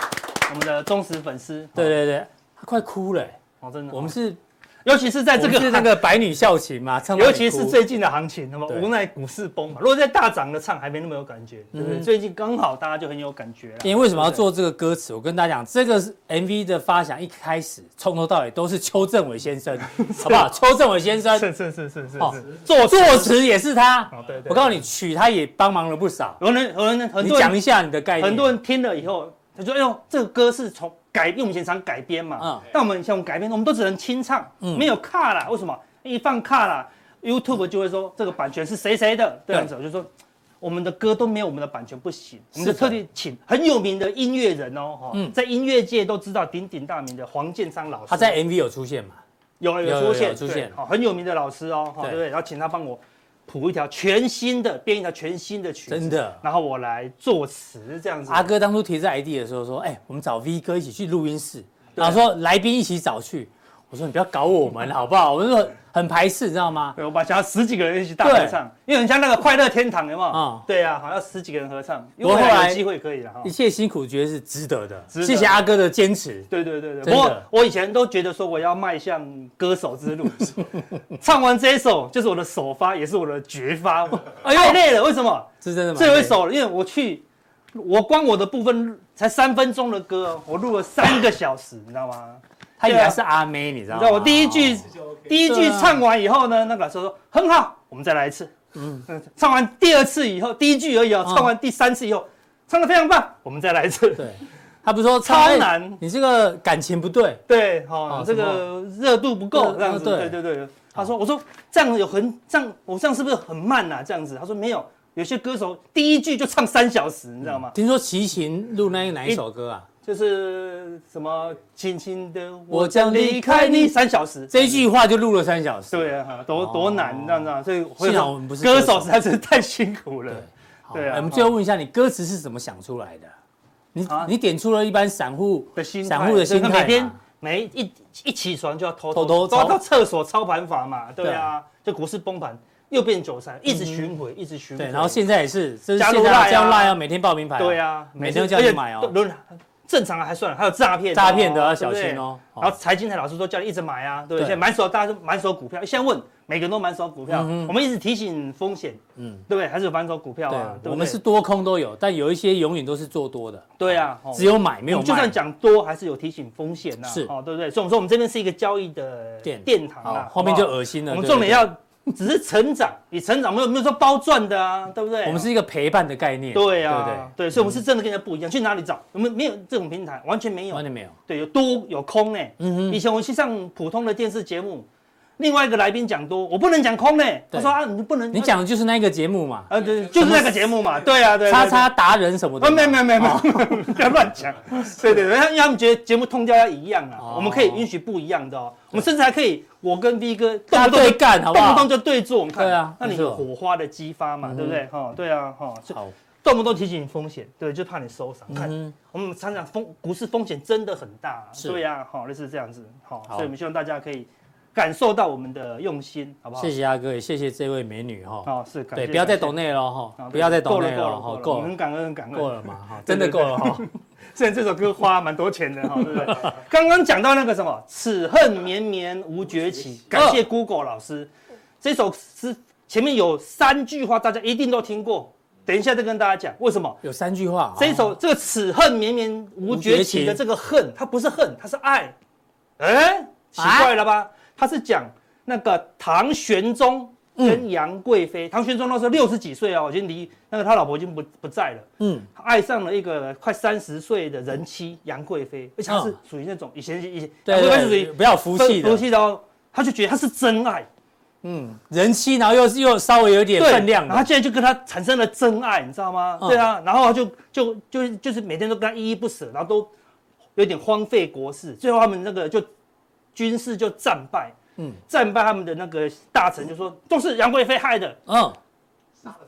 我们的忠实粉丝，
对
哦，
对对，他快哭了欸，
哦，真的，
我
我
们
们
是
尤其是在哎这
这
个
个是那个百女校情嘛，唱到
尤
你
其
哭
是最近的行情，那么
对
无奈股市崩嘛。如果在大涨的唱还没那么有感觉，对不对？
嗯
最近刚好大家就很有感觉了。
因为为什么要
对不对？
做这个歌词？我跟大家讲，这个是 MV 的发想一开始从头到尾都是邱正伟先 生，好不好？邱正伟先生
是是是是是
哦
是。
作作词也是他。
哦，对对。
我告诉你，曲他也帮忙了不少。
有人有人很
你
多
讲
人
一下你的概念。
很多人听了以后，他说：“哎呦，这个歌是从改，因为我们以前常改编嘛。
嗯
但我们像我们改编，我们都只能清唱，
嗯
没有卡啦。为什么？一放卡啦，YouTube 就会说这个版权是谁谁的这样子。”我就说。我们的歌都没有我们的版权不行，我们就是
的
特地请很有名的音乐人哦，哈、
嗯
在音乐界都知道鼎鼎大名的黄建昌老师，
他在 MV 有出现嘛？
有
有
有出
有
现
出
对
现
好很有名的老师哦，哈
对
对不对？然后请他帮我谱一条全新的，编一条全新的曲子，
真的
然后我来作词这样子。
阿哥当初提这 ID 的时候说：“哎，我们找 V 哥一起去录音室，然后说来宾一起找去。”我说：“你不要搞我们好不好？”我说：“很排斥，你知道吗
对，我把想要十几个人一起大合唱，因为很像那个快乐天堂，有没有？
嗯
对啊，好像十几个人合唱，
不
如
过
果
后来
有机会可以的哈？”
一。切辛苦觉得是值得的，
值得
谢谢阿哥的坚持。
对对对对，
真的
不过我以前都觉得说我要迈向歌手之路， 唱完这一首就是我的首发，也是我的绝发，
哎
太
呦，
累了。为什么？
这真的吗？
最后一首了，因为我去，我光我的部分才三分钟的歌哦，我录了三个小时，你知道吗？
他以为
对啊
他是阿妹，你知道
你
吗？
知道我第一句，第一句
对啊
唱完以后呢，那个老师说很好，我们再来一次。嗯，唱完第二次以后，第一句而已哦，
嗯
唱完第三次以后，唱的非常棒，我们再来一次。
对，他不是说
超
哎
难
你这个感情不对，
对，
哦
好，这个热度不
热
够，这样子。
热呃啊对
对对对，他说，我说这样有很这样，我这样是不是很慢啊呐？这样子，他说没有，有些歌手第一句就唱三小时，你知道吗？
听说齐秦录那哪一首歌啊？
就是什么轻轻的，
我
我
将
将
离
离
开
开
你
你三小时。
这一句话就录了三小时。
对啊，多多
哦
难，你知道吗？所以会
幸好我们不是歌
歌
手
手，实在是太辛苦了。
好
对啊
哎我们最后问一下，你歌词是怎么想出来的？你
啊
你点出了一般散户
的心态，
散户的心态嘛
每天每一一起床就要偷
偷偷
偷
抄
到厕所操盘法嘛，对啊，就股市崩盘又变韭菜，一直巡回，一直巡回。
嗯对，然后现在也是，这是
加入
现在
赖啊
这样赖要每天报名牌。
对，啊，
每
次
天叫你买哦
而且都正常还算了，还有诈骗的哦
诈骗的要小心哦
对不对然后财经台老师说叫你一直买啊，对不对？
对
现在满手大家都满手股票，现在问每个人都满手股票，我们一直提醒风险，嗯，对不对？还是有满手股票啊，对不
嗯对，
对
我们是多空都有，但有一些永远都是做多的，
对啊，哦
只有买没
我
有
们就算
卖。
讲多，还是有提醒风险呐、
是
哦，对不对？所以我们说我们这边是一个交易的
殿
殿堂
好
啊，，
后面就
好不好
恶心了。
我们
对
重点，
对
要只是成长，以成长没有没有说包赚的啊，对不对？
对我们是一个陪伴的概念。
对
对
啊
不，
对，所以我们是真的跟人家不一样。去哪里找？我们没有这种平台，完全没
对，
有
完。全没有。
对，有多有空呢。
嗯哼
以前我去上普通的电视节目，另外一个来宾讲多，我不能讲空呢。他说啊，你不能
你，讲的就是那个节目嘛，
呃，对，就是那个节目嘛。对啊，对。对
叉叉达人什么的
啊，
嘛。
没有没有没有没 有，不要乱讲。哦 对对对，因为他们觉得节目通调要一样啊
哦，
我们可以允许不一样的哦。我们甚至还可以，我跟 V 哥动
大家
不动就
对干好不
动
好
不动就对坐，我们看。
对啊
那你
没错嗯
哦有火花的激发嘛，对不对？哈，对啊，哈。所以
好，
动不动提醒你风险，对，就怕你受伤。看
嗯
我们常常风股市风险真的很大、啊，
是
对呀、好、类似这样子，好、
好
所以我们希望大家可以感受到我们的用心，好不好？
谢谢阿哥，也谢谢这位美女哈。
哦，是，感
对，
谢
不要再
感谢
抖内了哈，
啊
不要再
对够
抖
了
内
够了
了哈，
够了，我
够
们
了
很感恩，很感恩，
够了嘛哈，真的够了哈。
虽然这首歌花蛮多钱的哈，对不对？刚刚讲到那个什么“此恨绵绵无绝期”，感谢 Google 老师，这首诗前面有三句话，大家一定都听过。等一下再跟大家讲为什么
有三句话，
这首这个“此恨绵绵无绝期”的这个恨，它不是恨，它是爱。哎，奇怪了吧？它是讲那个唐玄宗跟杨贵妃。唐玄宗那时候六十几岁哦，已经离那个他老婆已经不不在了。
嗯，
爱上了一个快三十岁的人妻杨贵妃，而且她是
嗯
属于那种以前以前
对
杨贵妃是属
对，
于
不要服气
夫
的，
妻的哦，她就觉得她是真爱，
嗯，人妻，然后又又稍微有点
对，
分量
然后她
的，
竟然就跟他产生了真爱，你知道吗？
嗯
对啊，然后她就就就就是每天都跟他依依不舍，然后都有点荒废国事，最后他们那个就军事就战败，
嗯
嗯，战败他们的那个大臣就说都是杨贵妃害的，
嗯，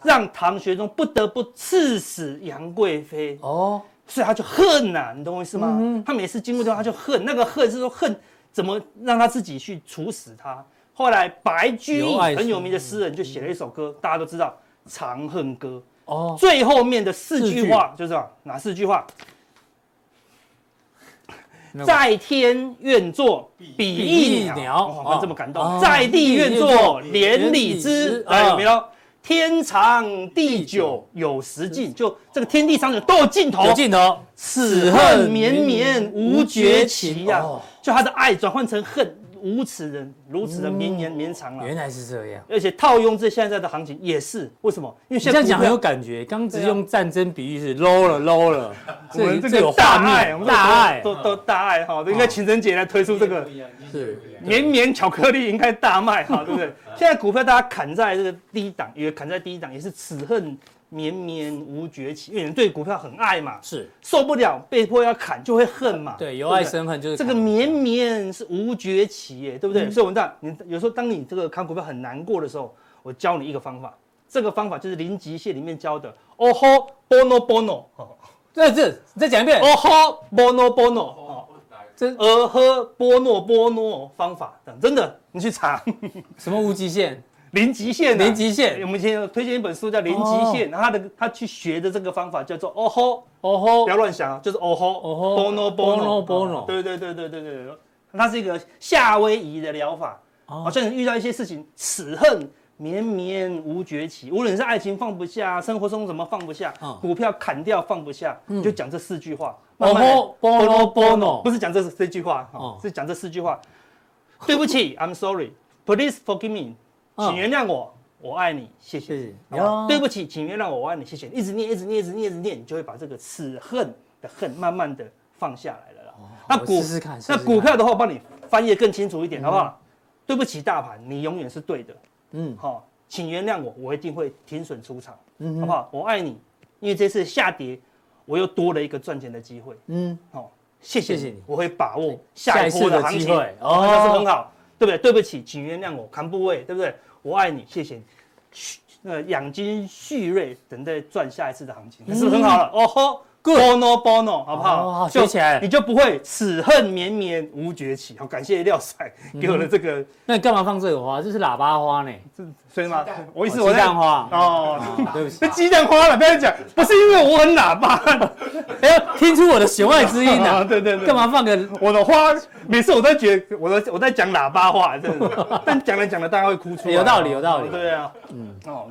让唐玄宗不得不赐死杨贵妃。
哦，
所以他就恨呐、你懂我意思吗？
嗯哼
他每次经过地方他就恨，那个恨是说恨怎么让他自己去处死他。后来白居易
有爱心
很有名的诗人就写了一首歌，大家都知道《长恨歌》，
哦，
最后面的四句话就是什么哪四句话？
那个
在天愿作比翼
比翼
鸟，
鸟
哦我们这么感
哦
动。在地愿作连理
连理枝
枝，来
啊
有没有？天长地久有时尽，就这个天地长久都有尽头
有。镜
哦
头，
此恨绵绵无绝期呀、
哦
就他的爱转换成恨，无此人如此的绵延绵长了、
原来是这样。
而且套用这现在的行情也是，为什么？因为
你
现
这
在
样讲很
股票
有感觉，刚只用战争比喻是 low 了 low 了，
啊 我们这
这有
个
画
大爱，
面，
我们
大爱哦
都都都大爱哈，都应该情人节来推出这个
是
绵绵巧克力，应该大卖 哈，对不对？现在股票大家砍在这个低档，也砍在低档，也是此恨绵绵无绝期，因为人对股票很爱嘛，
是，
受不了被迫要砍就会恨嘛，
对，由爱
不对
生恨就是
这个绵绵是无绝期耶，对不对？
嗯
所以我们知道，你有时候当你这个看股票很难过的时候，我教你一个方法，这个方法就是零极限里面教的哦吼 bono bono，哦
这这再讲一遍，
吼 bono bono，哦，
真
呃呵波诺波诺方法，这样真的，你去查
什么无极限？
零极限、啊，
零极限
我们今天有推荐一本书叫《零极限》，然后他的他去学的这个方法叫做哦吼
哦吼
不要，乱想啊，就是哦吼
哦吼
，bono
bono
bono
bono
对对对对对对对，它是一个夏威夷的疗法，
哦
好像你遇到一些事情，此恨绵绵无绝期，无论是爱情放不下，生活中什么放不下
嗯，
股票砍掉放不下，你就讲这四句话，
哦
慢慢来哦
吼，bono bono，
不是讲这这句话，
哦
哦是讲这四句话，对不起，I'm sorry，please forgive me，
嗯
请原谅我。我爱你，谢谢
谢谢
你。好不好
呀
对不起，请原谅我，我爱你，谢谢你。一直念，一直念，一直念，一直念，你就会把这个此恨的恨慢慢的放下来了啦。
哦我试试看试试
那
看
股票的话，我帮你翻页更清楚一点，好不好？对不起，大盘，你永远是对的。
嗯
好、请原谅我，我一定会停损出场，
嗯哼
好不好？我爱你，因为这次下跌，我又多了一个赚钱的机会。
嗯，
哦，谢谢
谢谢
你
你，
我会把握
下
下
一
一
次
波
的
的行
机
情，
会哦
哦，那是很好，对不对？对不起，请原谅我扛部位，对不对？我爱你，谢谢你，蓄呃，养精蓄锐，等待赚下一次的行情，是不是很好了？哦吼。bono bono，好不
嗯哦
好？
好
就
学起来
你就不会此恨绵绵无绝期。好，感谢廖帅给我的这个，
那你干嘛放这个花？这是喇叭花呢，
这所以嘛，我意思
哦
我
鸡
在
蛋花。
哦，
对不起，
这鸡蛋花了，不要讲，不是因为我很喇叭，
哎呦，听出我的弦外之音
啊
了。
对对对，
干嘛放个？
我的花，每次我都觉得我在我在讲喇叭话，真的，但讲着讲着大家会哭出来。
有道理有道理
对啊，嗯，哦，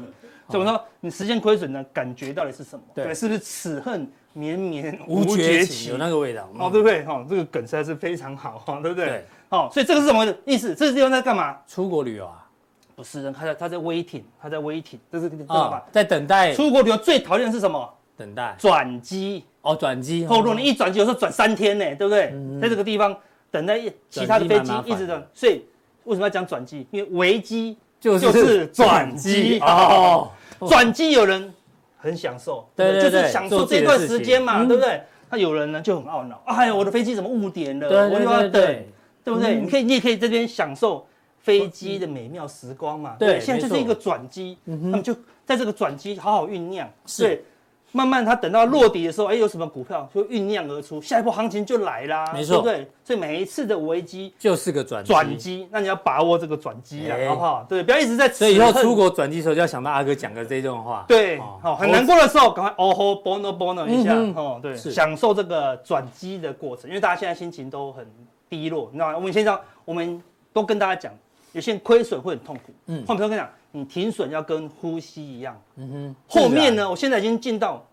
所以我说你时间亏损的感觉到底是什么？
对
是不是此恨绵绵
无绝期，
期
有？那个味道。嗯
哦，对不对？哦，这个梗实在是非常好，哦，对不对
对？
哦，所以这个是什么意思？这个地方在干嘛？
出国旅游啊，
不是，他在他在 waiting，他在 waiting，这是知道
啊
吧？，
在等待，
出国旅游最讨厌的是什么？
等待。
转机。
哦，转机。
后路你一转机有时候转三天呢，对不对？在这个地方等待一其他的飞
转机
机
蛮麻烦的
一直等，所以为什么要讲转机？因为危机
就
就是转机
哦。
转机有人很享受，
对
不
对
就
对
是享
做
受
自己的
这段
事
时
情
间嘛，
嗯
对不对？那有人呢就很懊恼，哎呀，我的飞机怎么误点了？
对对
我又要
对
等
对，，
对不对？
嗯
你可以，你也可以这边享受飞机的美妙时光嘛。
对
现在就
没
是
错嗯
一个转机，他们就在这个转机好好酝酿。
是
对，慢慢它等到落底的时候，哎，有什么股票就酝酿而出，下一波行情就来啦，
没错
对不对？所以每一次的危机
就是个转
转，机，那你要把握这个转机啊
哎，
好不好？对，不要一直在
所以以后
此恨
出国转机的时候就要想到阿哥讲的这段话。
对，
哦
好、很难过的时候，赶快哦吼 bono bono 一下，
嗯哼
哦，对，
是
享受这个转机的过程，因为大家现在心情都很低落，那我们现在我们都跟大家讲，有些人亏损会很痛苦，
嗯
嗯，换朋友跟你讲，你停损要跟呼吸一样，
嗯哼，
后面
自然？
呢，我现在已经进到，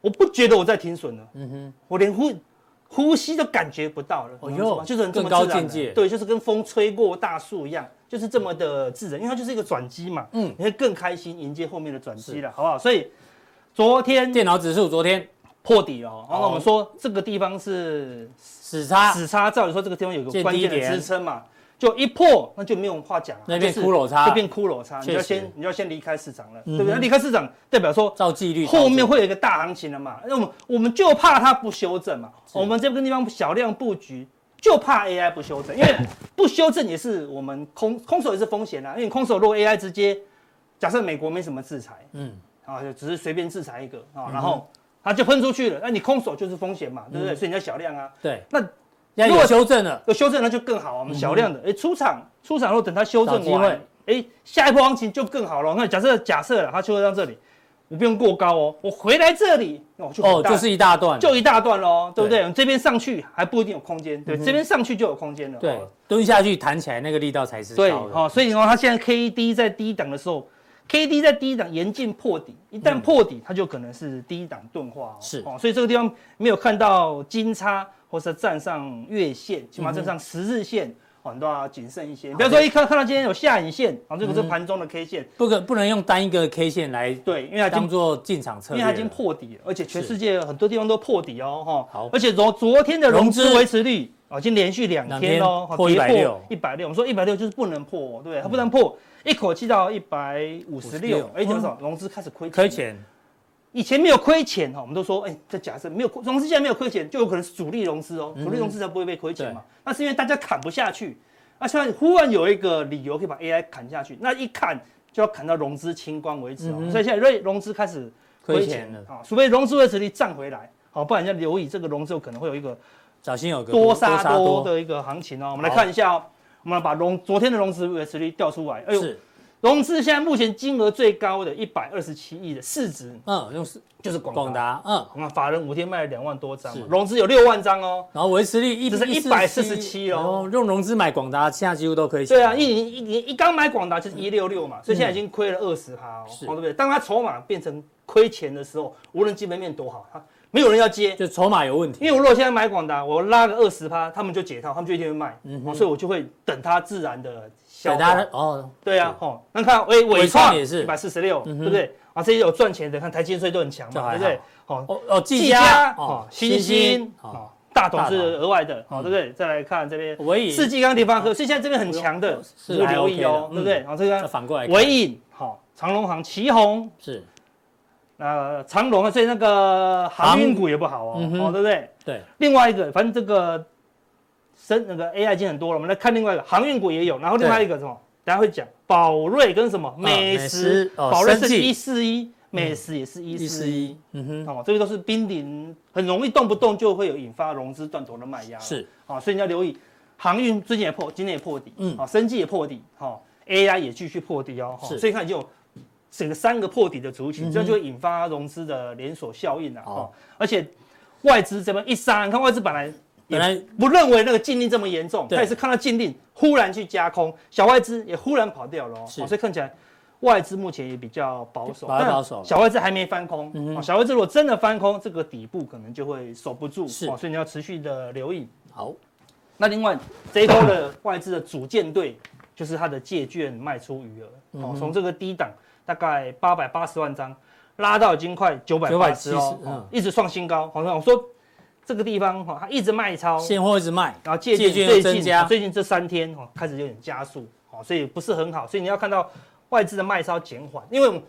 我不觉得我在停损了，
嗯哼，
我连呼呼吸都感觉不到了，
哦
你懂我意思吗
哟
就是很这么
更高
自然
境
的
界
对，就是跟风吹过大树一样，就是这么的自然，因为它就是一个转机嘛，
嗯
嗯，你会更开心迎接后面的转机了，好不好？所以昨天
电脑指数昨天
破底了哦，然
哦
后我们说这个地方是
死叉，
死叉，照理说这个地方有个
见
关
低
键的
点
支撑嘛，就一破那就没有话讲啊，
那变
就是
骷髅叉
就变骷髅叉，你就要
确实
先你就要先离开市场了，
嗯哼
对不对？那离开市场代表说
照纪律操作，
后面会有一个大行情的嘛，那我们我们就怕它不修正嘛，
是
我们这个地方小量布局，就怕 AI 不修正，因为不修正也是
嗯
我们空空手也是风险啊，因为你空手如果 AI 直接，假设美国没什么制裁
嗯，
啊，就只是随便制裁一个啊，然后它就喷出去了，那你空手就是风险嘛，
嗯
对不对？所以你要小量啊，
对，
那
现在
如
有
果
修正了，
有修正那就更好啊，我们小量的，哎、出场出场后等它修
找
正
嗯机
完，哎、下一波行情就更好了。那假设假设了，它修正到这里，我不用过高哦，我回来这里，那我就
哦，
很大
就是一大段，
就一大段喽，对不
对嗯
对？我们这边上去还不一定有空间，对，这边上去就有空间了。
对
哦，
蹲下去弹起来那个力道才是
对，哦
高的
好、所以呢，它现在 K D 在低档的时候，K D 在低档严禁破底，一旦破底，它就可能是低档钝化哦。
是
哦，所以这个地方没有看到金叉，或是站上月线，起码站上十日线。哦，你都要谨慎一些，不要说一看看到今天有下影线，啊、这个是盘中的 K 线，
不可不能用单一个 K 线来
对，因为它已经
当做进场策
因
略
为
了，
它已经破底了，而且全
是
世界很多地方都破底哦，哈。
好
而且昨昨天的融
融
资
资
维持率哦，已经连续两
两天
天喽，
破160
一百六，我们说一百六就是不能破哦，对不对？它不能破，一口气到一百五十
56
六，哎，多少？融资开始亏
亏。钱，
以前没有亏钱哈，我们都说，哎，这假设没有亏融资，现在没有亏钱，就有可能是主力融资哦，主力融资才不会被亏钱嘛。那是因为大家砍不下去，那现在忽然有一个理由可以把 AI 砍下去，那一砍就要砍到融资清光为止哦。所以现在瑞融资开始
亏
亏
钱
钱
了
了啊，除非融资维持率站回来，好，不然要留意这个融资有可能会有一个
小心有个
多杀多，的一个行情哦。我们来看一下哦，我们来把融昨天的融资维持率调出来，哎呦，
是，
融资现在目前金额最高的一百二十七亿的市值
嗯，用是
就是广
广
达，
达，嗯，
我们法人五天卖了两万多张嘛
是，
融资有六万张哦。
然后维持率一
这是147哦，
用融资买广达，现在几乎都亏钱，
对啊，一年一年一刚买广达就是一六六嘛，所以现在已经亏了二十趴哦，哦
嗯是
对不对？当它筹码变成亏钱的时候，无论基本面多好，它没有人要接，
就筹码有问题，
因为我如果现在买广达，我拉个二十趴，他们就解套，他们就一定会卖，
嗯哼
哦所以我就会等它自然的消
等它
化。
哦，
对啊，哦，那看哎
伟
伟
创
创
也是
一百四十六，对
嗯哼
不对？啊，这些有赚钱的，看台积税都很强
这还好
嘛，对不对？哦，
哦哦，技
技
嘉
嘉、
哦
哦，，星星、
哦，
哦，大董是
大董
额外的，哦
嗯
好，对不对？再来看这边
唯影
世纪刚地方科，所以现在这边很强的，
是
你就留意
还 OK，
哦
的
对不对？
嗯
好，这
那
个
反过来看
唯影，好，长隆行、旗宏，
是
呃，长隆，所以那个航运股也不好哦，
嗯哼
哦，对不对？
对，
另外一个，反正这个深那个 AI 已经很多了，我们来看另外一个航运股也有，然后另外一个什么，大家会讲宝瑞跟什么美
美食
食，
哦
宝瑞
生
是
技
一四一，美食也是一四一。，
嗯哼，
哦，这个都是濒临，很容易动不动就会有引发融资断头的卖压。，
是
哦，所以你要留意，航运最近也破，今天也破底，
嗯
嗯，哦，生技也破底，哦，AI 也继续破底哦，哦
是
所以看就有整个三个破底的
嗯
族
哼
群，这样就会引发融资的连锁效应啊，
好
哦，而且外资这边一杀，你看外资本来。
本来
不认为那个禁令这么严重，
对
他也是看到禁令忽然去加空，小外资也忽然跑掉了、哦，
是
哦所以看起来外资目前也比较保守，
比较
但
保守
小外资还没翻空、
嗯哼
哦，小外资如果真的翻空，这个底部可能就会守不住，哦
是
所以你要持续的留意。
好，
那另外这一波的外资的主舰队 就是它的借券卖出余额，
嗯
哦
哼，
从这个低档大概八百八十万张拉到已经快九百八十
970
哦，
嗯
哦一直创新高。好像我说这个地方哈，哦它一直卖超，
现货一直卖，
然后借
借券
券
又
最
增
近
加
最近这三天哦开始有点加速哦，所以不是很好，所以你要看到外资的卖超减缓，因为我们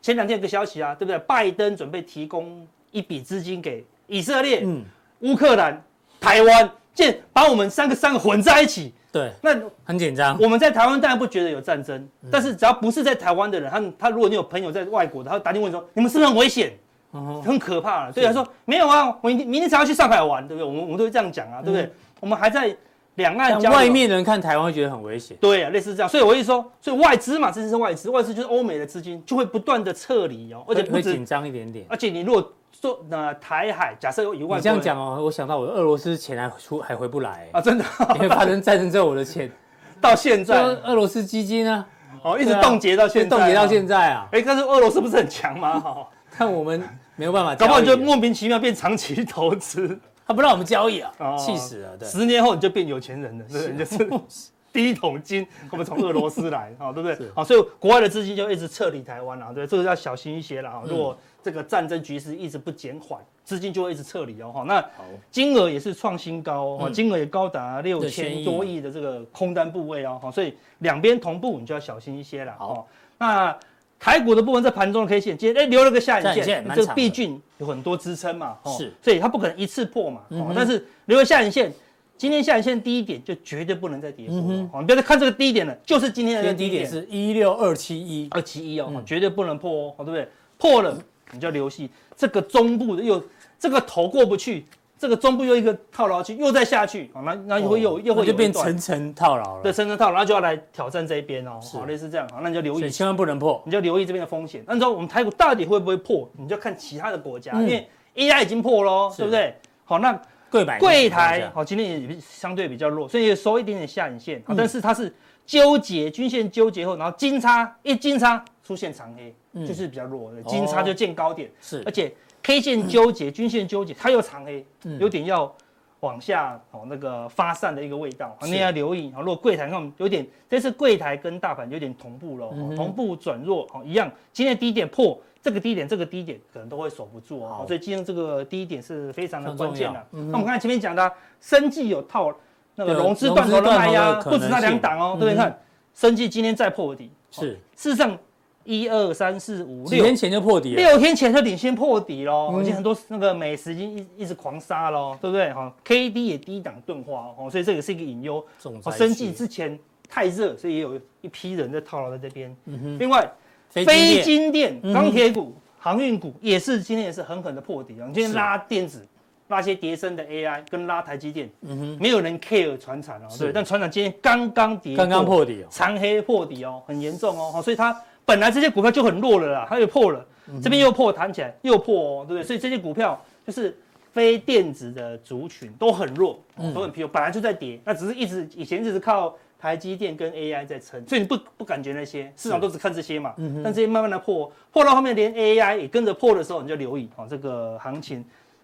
前两天有个消息啊，对不对？拜登准备提供一笔资金给以色列、
嗯，
乌克兰、台湾，见把我们三个三个混在一起，
对，
那
很紧张，
我们在台湾当然不觉得有战
嗯
争，但是只要不是在台湾的人，他他如果你有朋友在外国的，他会打电话问说你们是不是很危险？
哦
很可怕了。对他说没有啊，我明天明天才要去上海玩，对不对？我们我们都会这样讲啊，对不对？我们还在两岸
但
交
嗯
流
外面人看台湾会觉得很危险。
对啊，类似这样，所以我一说，所以外资嘛，这是外资，外资就是欧美的资金就会不断的撤离哦，而且
会
不
会
止
紧，张一点点。
而且你如果做呃台海，假设有一万
你
多人，
这样讲哦，我想到我俄罗斯钱还出还回不来，
啊，真的
因为发生战争之后我的钱，
到现
这
在
俄罗斯基金呢
哦，一直
对啊
啊冻结到现在，
冻结到现。在啊，
哎，但是俄罗斯不是很强吗？哈，
但我们没有办法交易啊，
搞不好你就莫名其妙变长期投资，
他不让我们交易啊
哦，
气死了，对。啊
十年后你就变有钱人了，对不对？你 就是第一桶金，我们从俄罗斯来，好，对不对
是？
好，所以国外的资金就一直撤离台湾了，对，这个要小心一些了
嗯
哈。如果这个战争局势一直不减缓，资金就会一直撤离哦。哈，那金额也是创新高哦，哈
嗯
金额也高达六
千
千
亿
多亿的这个空单部位哦，哈，所以两边同步，你就要小心一些了。
好
哦，那台股的部分在盘中的 K 线，今天哎留了个下
下
影
影
线
线，蛮
这个
长
毕
的
竟有很多支撑嘛，哦
是，
所以它不可能一次破嘛，
嗯
哦
哼，
但是留了下影线。今天下影线低一点就绝对不能再跌破了，
嗯
哦，你不要再看这个低点了，就是今天
今
的这个
天低点是一六二七一，
二七一哦，
嗯
绝对不能破哦，哦对不对？破了你就要留戏，这个中部的又这个头过不去，这个中部又一个套牢去，又再下去，哦，那那又会又、又会
那就
有一
变
段
层层套牢了，
对深圳套牢，那就要来挑战这一边哦，
是
好、类似这样，好，那你就留
所以
意
千万不能破。
你就留意这边的风险。按照我们台股到底会不会破，你就看其他的国家，
嗯
因为 AI 已经破喽，
是
对不对？好，那
柜买
柜台哦
好
好，今天也相对比较弱，所以也收一点点下影线，好哦
嗯
但是它是纠结均线纠结后，然后金叉一金叉出现长黑，
嗯
就是比较弱的，金叉就见高点，
是
而且 K 线纠结、均线纠结，它又长黑，
嗯
有点要往下哦那个发散的一个味道，好
是
你要留意。哦好，如果柜台看有点，这次柜台跟大盘有点同步咯，
嗯
哦
哼
同步转弱，好一样，今天的低点破。这个低点，这个低点可能都会守不住哦
好，
所以今天这个低点是非常的
很重
关键
要
的。
嗯哼
那我们刚才前面讲的啊，生技有套那个
对啊
融资
融
断
资
头的
断
卖
头
压，
的可
不止那
能
两
性
档哦，对不对？
嗯哼
看生技今天再破底，
是
哦事实上一二三四五
几
六
天前就破底了，
六天前就领先破底喽，
嗯
而且很多那个美食已经一一直狂杀喽，对不对？哈，K D 也低档钝化哦，所以这也是一个隐忧。
重
哦，
灾区
生计之前太热，所以也有一批人在套牢在这边。
嗯哼
另外，
飞
非
机店
金电、
嗯哼
钢铁股、航运股也是今天也是狠狠的破底啊！你今天
是
拉电子、拉些叠升的 AI 跟拉台积电，
嗯哼
没有人 care 船产哦，
是
对，但船产今天刚刚跌，
刚刚破底哦，
长黑破底哦，很严重哦，哦所以它本来这些股票就很弱了啦，它又破了，
嗯
这边又破，弹起来又破哦，对不对？所以这些股票就是非电子的族群都很弱，哦
嗯
都很疲弱，本来就在跌，那只是一直以前一直靠台积电跟 AI 在撑，所以你不不感觉那些市场都只看这些嘛，
嗯
但这些慢慢的破，破到后面连 AI 也跟着破的时候，你就留意哦，这个行情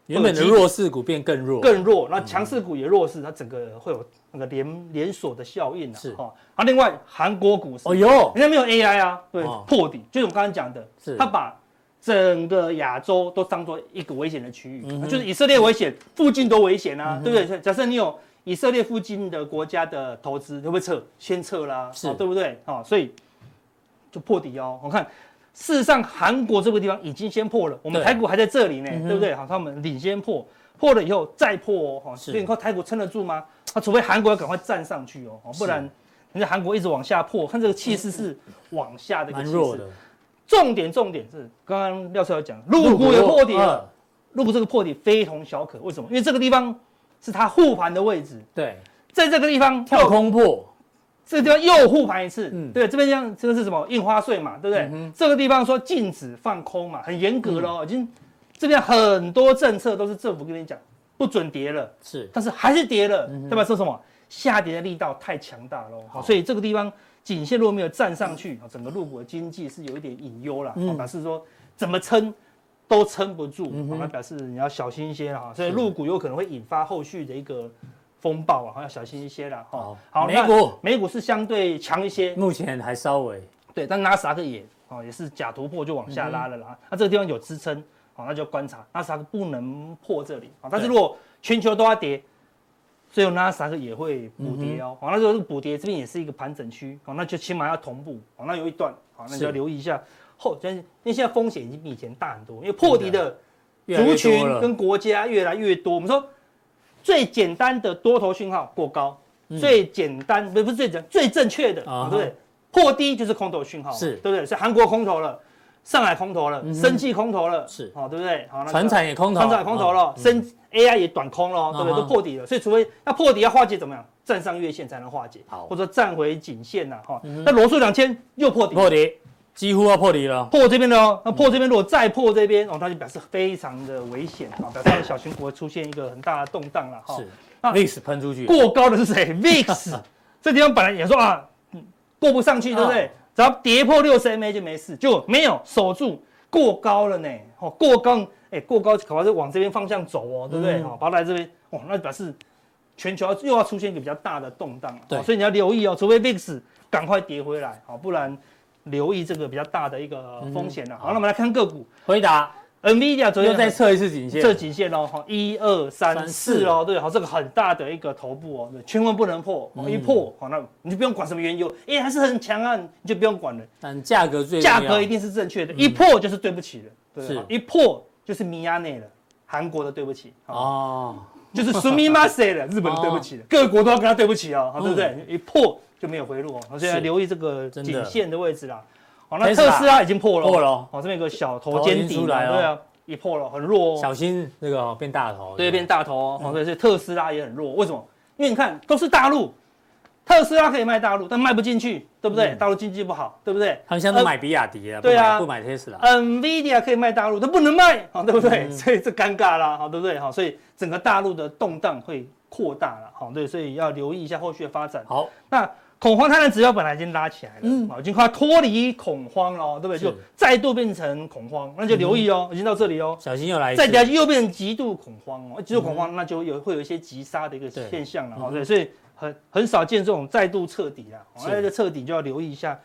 原本的弱势股变更弱，
更弱，
嗯
那强势股也弱势，它整个会有那个连连锁的效应啊。
是
哦，啊，另外韩国股市
哦，哟，
人家没有 AI 啊，对，
哦
破底，就是我们刚刚讲的
是，
他把整个亚洲都当做一个危险的区域，
嗯哼嗯
就是以色列危险，附近都危险啊，对不对？假设你有以色列附近的国家的投资，会不会撤？先撤啦，
是
哦对不对？哦，所以就破底哦。我看，事实上韩国这个地方已经先破了，我们
对
台股还在这里呢，
嗯哼
对不对？好，他们领先破，破了以后再破哦，哈，
是
所以你看台股撑得住吗？啊，除非韩国要赶快站上去哦，哦不然人家韩国一直往下破，看这个气势是往下的一
嗯
个
蛮
气
弱
势。
的，
重点重点是，刚刚廖帅有讲，陆股也破底了，
嗯，
陆股这个破底非同小可，为什么？因为这个地方是它护盘的位置，
对，
在这个地方
跳
又
空破，
这个地方又护盘一次，
嗯
对，这边像这个是什么印花税嘛，对不对？
嗯哼嗯
这个地方说禁止放空嘛，很严格了、哦，已经这边很多政策都是政府跟你讲不准跌了，
是
但是还是跌了，
嗯哼
代表说什么？下跌的力道太强大喽，好所以这个地方颈线如果没有站上去，整个入股的经济是有一点隐忧啦，
嗯
好表示说怎么撑都撑不住，
嗯
好
哼
那表示你要小心一些啦，哈所以入股有可能会引发后续的一个风暴啊，好要小心一些啦，哈
好。哦美
那
股
美股是相对强一些，
目前还稍微
对，但纳斯达克也哦也是假突破就往下拉了
嗯
啦。那、这个地方有支撑，好、那就观察纳斯达克不能破这里啊、但
对
是如果全球都要跌，最后纳斯达克也会补
嗯
跌哦。好、那如果这个补跌这边也是一个盘整区，好、那就起码要同步，好、那有一段，好、那你
是
就要留意一下后，就是因为现在风险已经比以前大很多，因为破底的
越来
族
越
群
多了，
跟国家越来越多。我们说最简单的多头讯号过高，
嗯
最简单不是不是最简单最正确的，
啊哈
对不对？破低就是空头讯号嘛，
是嗯
对不对？是韩国空头了，上海空头了，生气空头了，
是
哦，对不对？好，那个
船产也空头，哦
船产空头了，生 AI 也短空了，对不
嗯
对？
哼
都破底了，所以除非那破底要化解怎么样？站上月线才能化解，
好嗯
或者说站回颈线呐，哈。那罗素两千又破底，
破底，几乎要破底了。
破这边的哦，那破这边如果再破这边，哦，它就表示非常的危险啊，表示它的小型股会出现一个很大的动荡了哈。
是
那
，VIX 喷出去，
过高的是谁？VIX，这地方本来也说啊，嗯过不上去，对不
嗯
对？只要跌破六十 MA 就没事，就没有守住，过高了呢。哦，过高，哎，过高恐怕是往这边方向走哦，对不对？
嗯
哦，把它来这边，哦，那表示全球要又要出现一个比较大的动荡了。
对
哦所以你要留意哦，除非 VIX 赶快跌回来，哦好，不然留意这个比较大的一个
嗯
风险了。好，那我们来看个股
回答
，NVIDIA 昨
又
天
再测一次颈线，
这极限哦，哈，一二
三
三
四
四哦，对，好，这个很大的一个头部哦，对千万不能破，
嗯
哦一破，好，那你就不用管什么原油，哎，还是很强啊，你就不用管了，
但价格最重
价
要
格一定是正确的，一破就是对不起了，
嗯
对
是
吧，一破就是米亚内了，韩国的对不起，哦，
哦，
就是 sumimase 了，日本的对不起了，各国都要跟他对不起啊，好对不对？一破就没有回路哦，好所以
嗯
要
是
留意这个
真的
颈线的位置啦。好，那
Tesla
特斯拉已经破了，
破了哦
哦，这边有个小头
头已
肩
经
底
出
嘛，
来了
对啊，一破了，很弱哦。
小心那个哦变大头，
对，变大头哦，
嗯
哦对，所以特斯拉也很弱。为什么？因为你看都是大陆，特斯拉可以卖大陆，但卖不进去，对不对？
嗯
大陆经济不好，对不对？
他们现在都买比亚迪了，
对啊
不买不买 Tesla，
NVIDIA 可以卖大陆，它不能卖，哦好、对
嗯
不对？所以这尴尬啦，哦好、对不对？好、所以整个大陆的动荡会扩大了，好、对，所以要留意一下后续的发展。
好，
那恐慌贪婪指标本来已经拉起来了，
嗯
啊，已经快脱离恐慌了哦，对不对？
是嗯
就再度变成恐慌，那就留意哦，已经到这里哦。
小心又来一次
再底下又变成极度恐慌哦，
嗯
极度恐慌那就有会有一些急杀的一个现象了哈，对，所以很很少见这种再度彻底啦，哦
是
那这彻底就要留意一下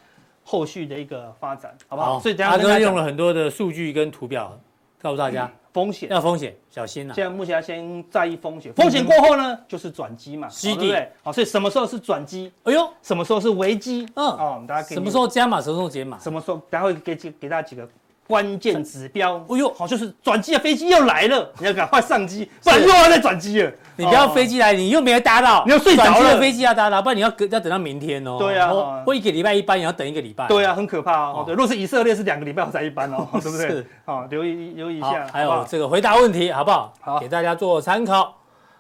后续的一个发展，好不
好，
好？所以等一下
阿
跟大
哥
家
用了
讲
很多的数据跟图表告诉大家
风险，
要风险，小心啊呐
现，在目前要先在意风
嗯
险，风险过后呢就是转机嘛，
是
好
的
对不对？好，所以什么时候是转机，
哎呦，
什么时候是危机？
嗯
嗯，哦，我们大家可以
什么时候加码，什么时候解码，
什么时候，待会给几给大家几个关键指标。
哎呦
好，就是转机的飞机又来了，你要赶快上机，不然又要再转机了。
你不要
哦
飞机来，你又没有搭到，
你又睡着了
转机的飞机要搭到，不然你要隔要等到明天哦。
对啊
哦或一个礼拜一班，也要等一个礼拜。
对啊，很可怕哦。
哦
对，如果是以色列是两个礼拜后才 一班哦，对不对
是？
好，留意留意一
好
下。，
还
啊好不
有
好
这个回答问题好不好？
好
给大家做参考。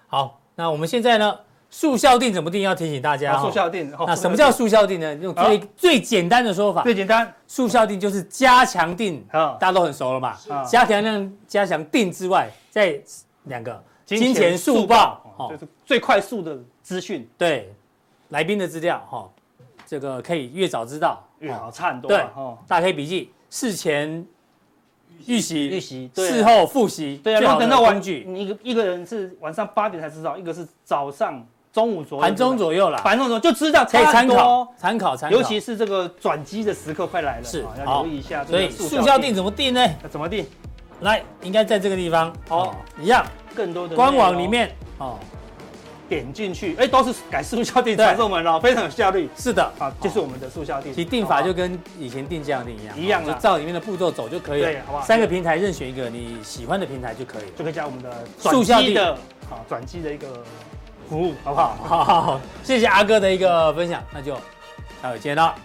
好，那我们现在呢，速效定怎么定？要提醒大家
好
哦
速效定，哦
那什么叫速效定呢？用最最简单的说法，
最简单？
速效定就是加强定，
好
大家都很熟了嘛
啊。
加强量、加强定之外，再两个金钱速
速
报
哦
哦
这，是最快速的资讯，
对，来宾的资料哈，哦这个可以越早知道
越
哦
好差很多
对
啊。哦，
大家可以笔记，事前预习，
预习对啊
事后复习，
对啊，
最
然
好
后
的
等到晚
工具，
你一个一个人是晚上八点才知道，一个是早上中午左右，
盘中左右啦，
盘中左右就知道，
可以参
嗯差很多哦
考参考参考，
尤其是这个转机的时刻快来了，
是
啊
好
要留意一下这
所以
个
速效定怎么定呢？
那怎么定？
来，应该在这个地方
好
哦，一样，
更多的
官网
内容
里面哦，
点进去，哎，都是改速效定传送门哦，非常有效率
是的，
啊，就是我们的速效定。
其实定法就
好
跟以前定价定一样，
一样
哦
啦
就照里面的步骤走就可以
对
了，
好不好
三个平台任选一个你喜欢的平台就可以
不好
了。
就可以加我们的
速
转
效
机
定
的啊转机的一个服务，好不好？
好，谢谢阿哥的一个分享，那就待会见了，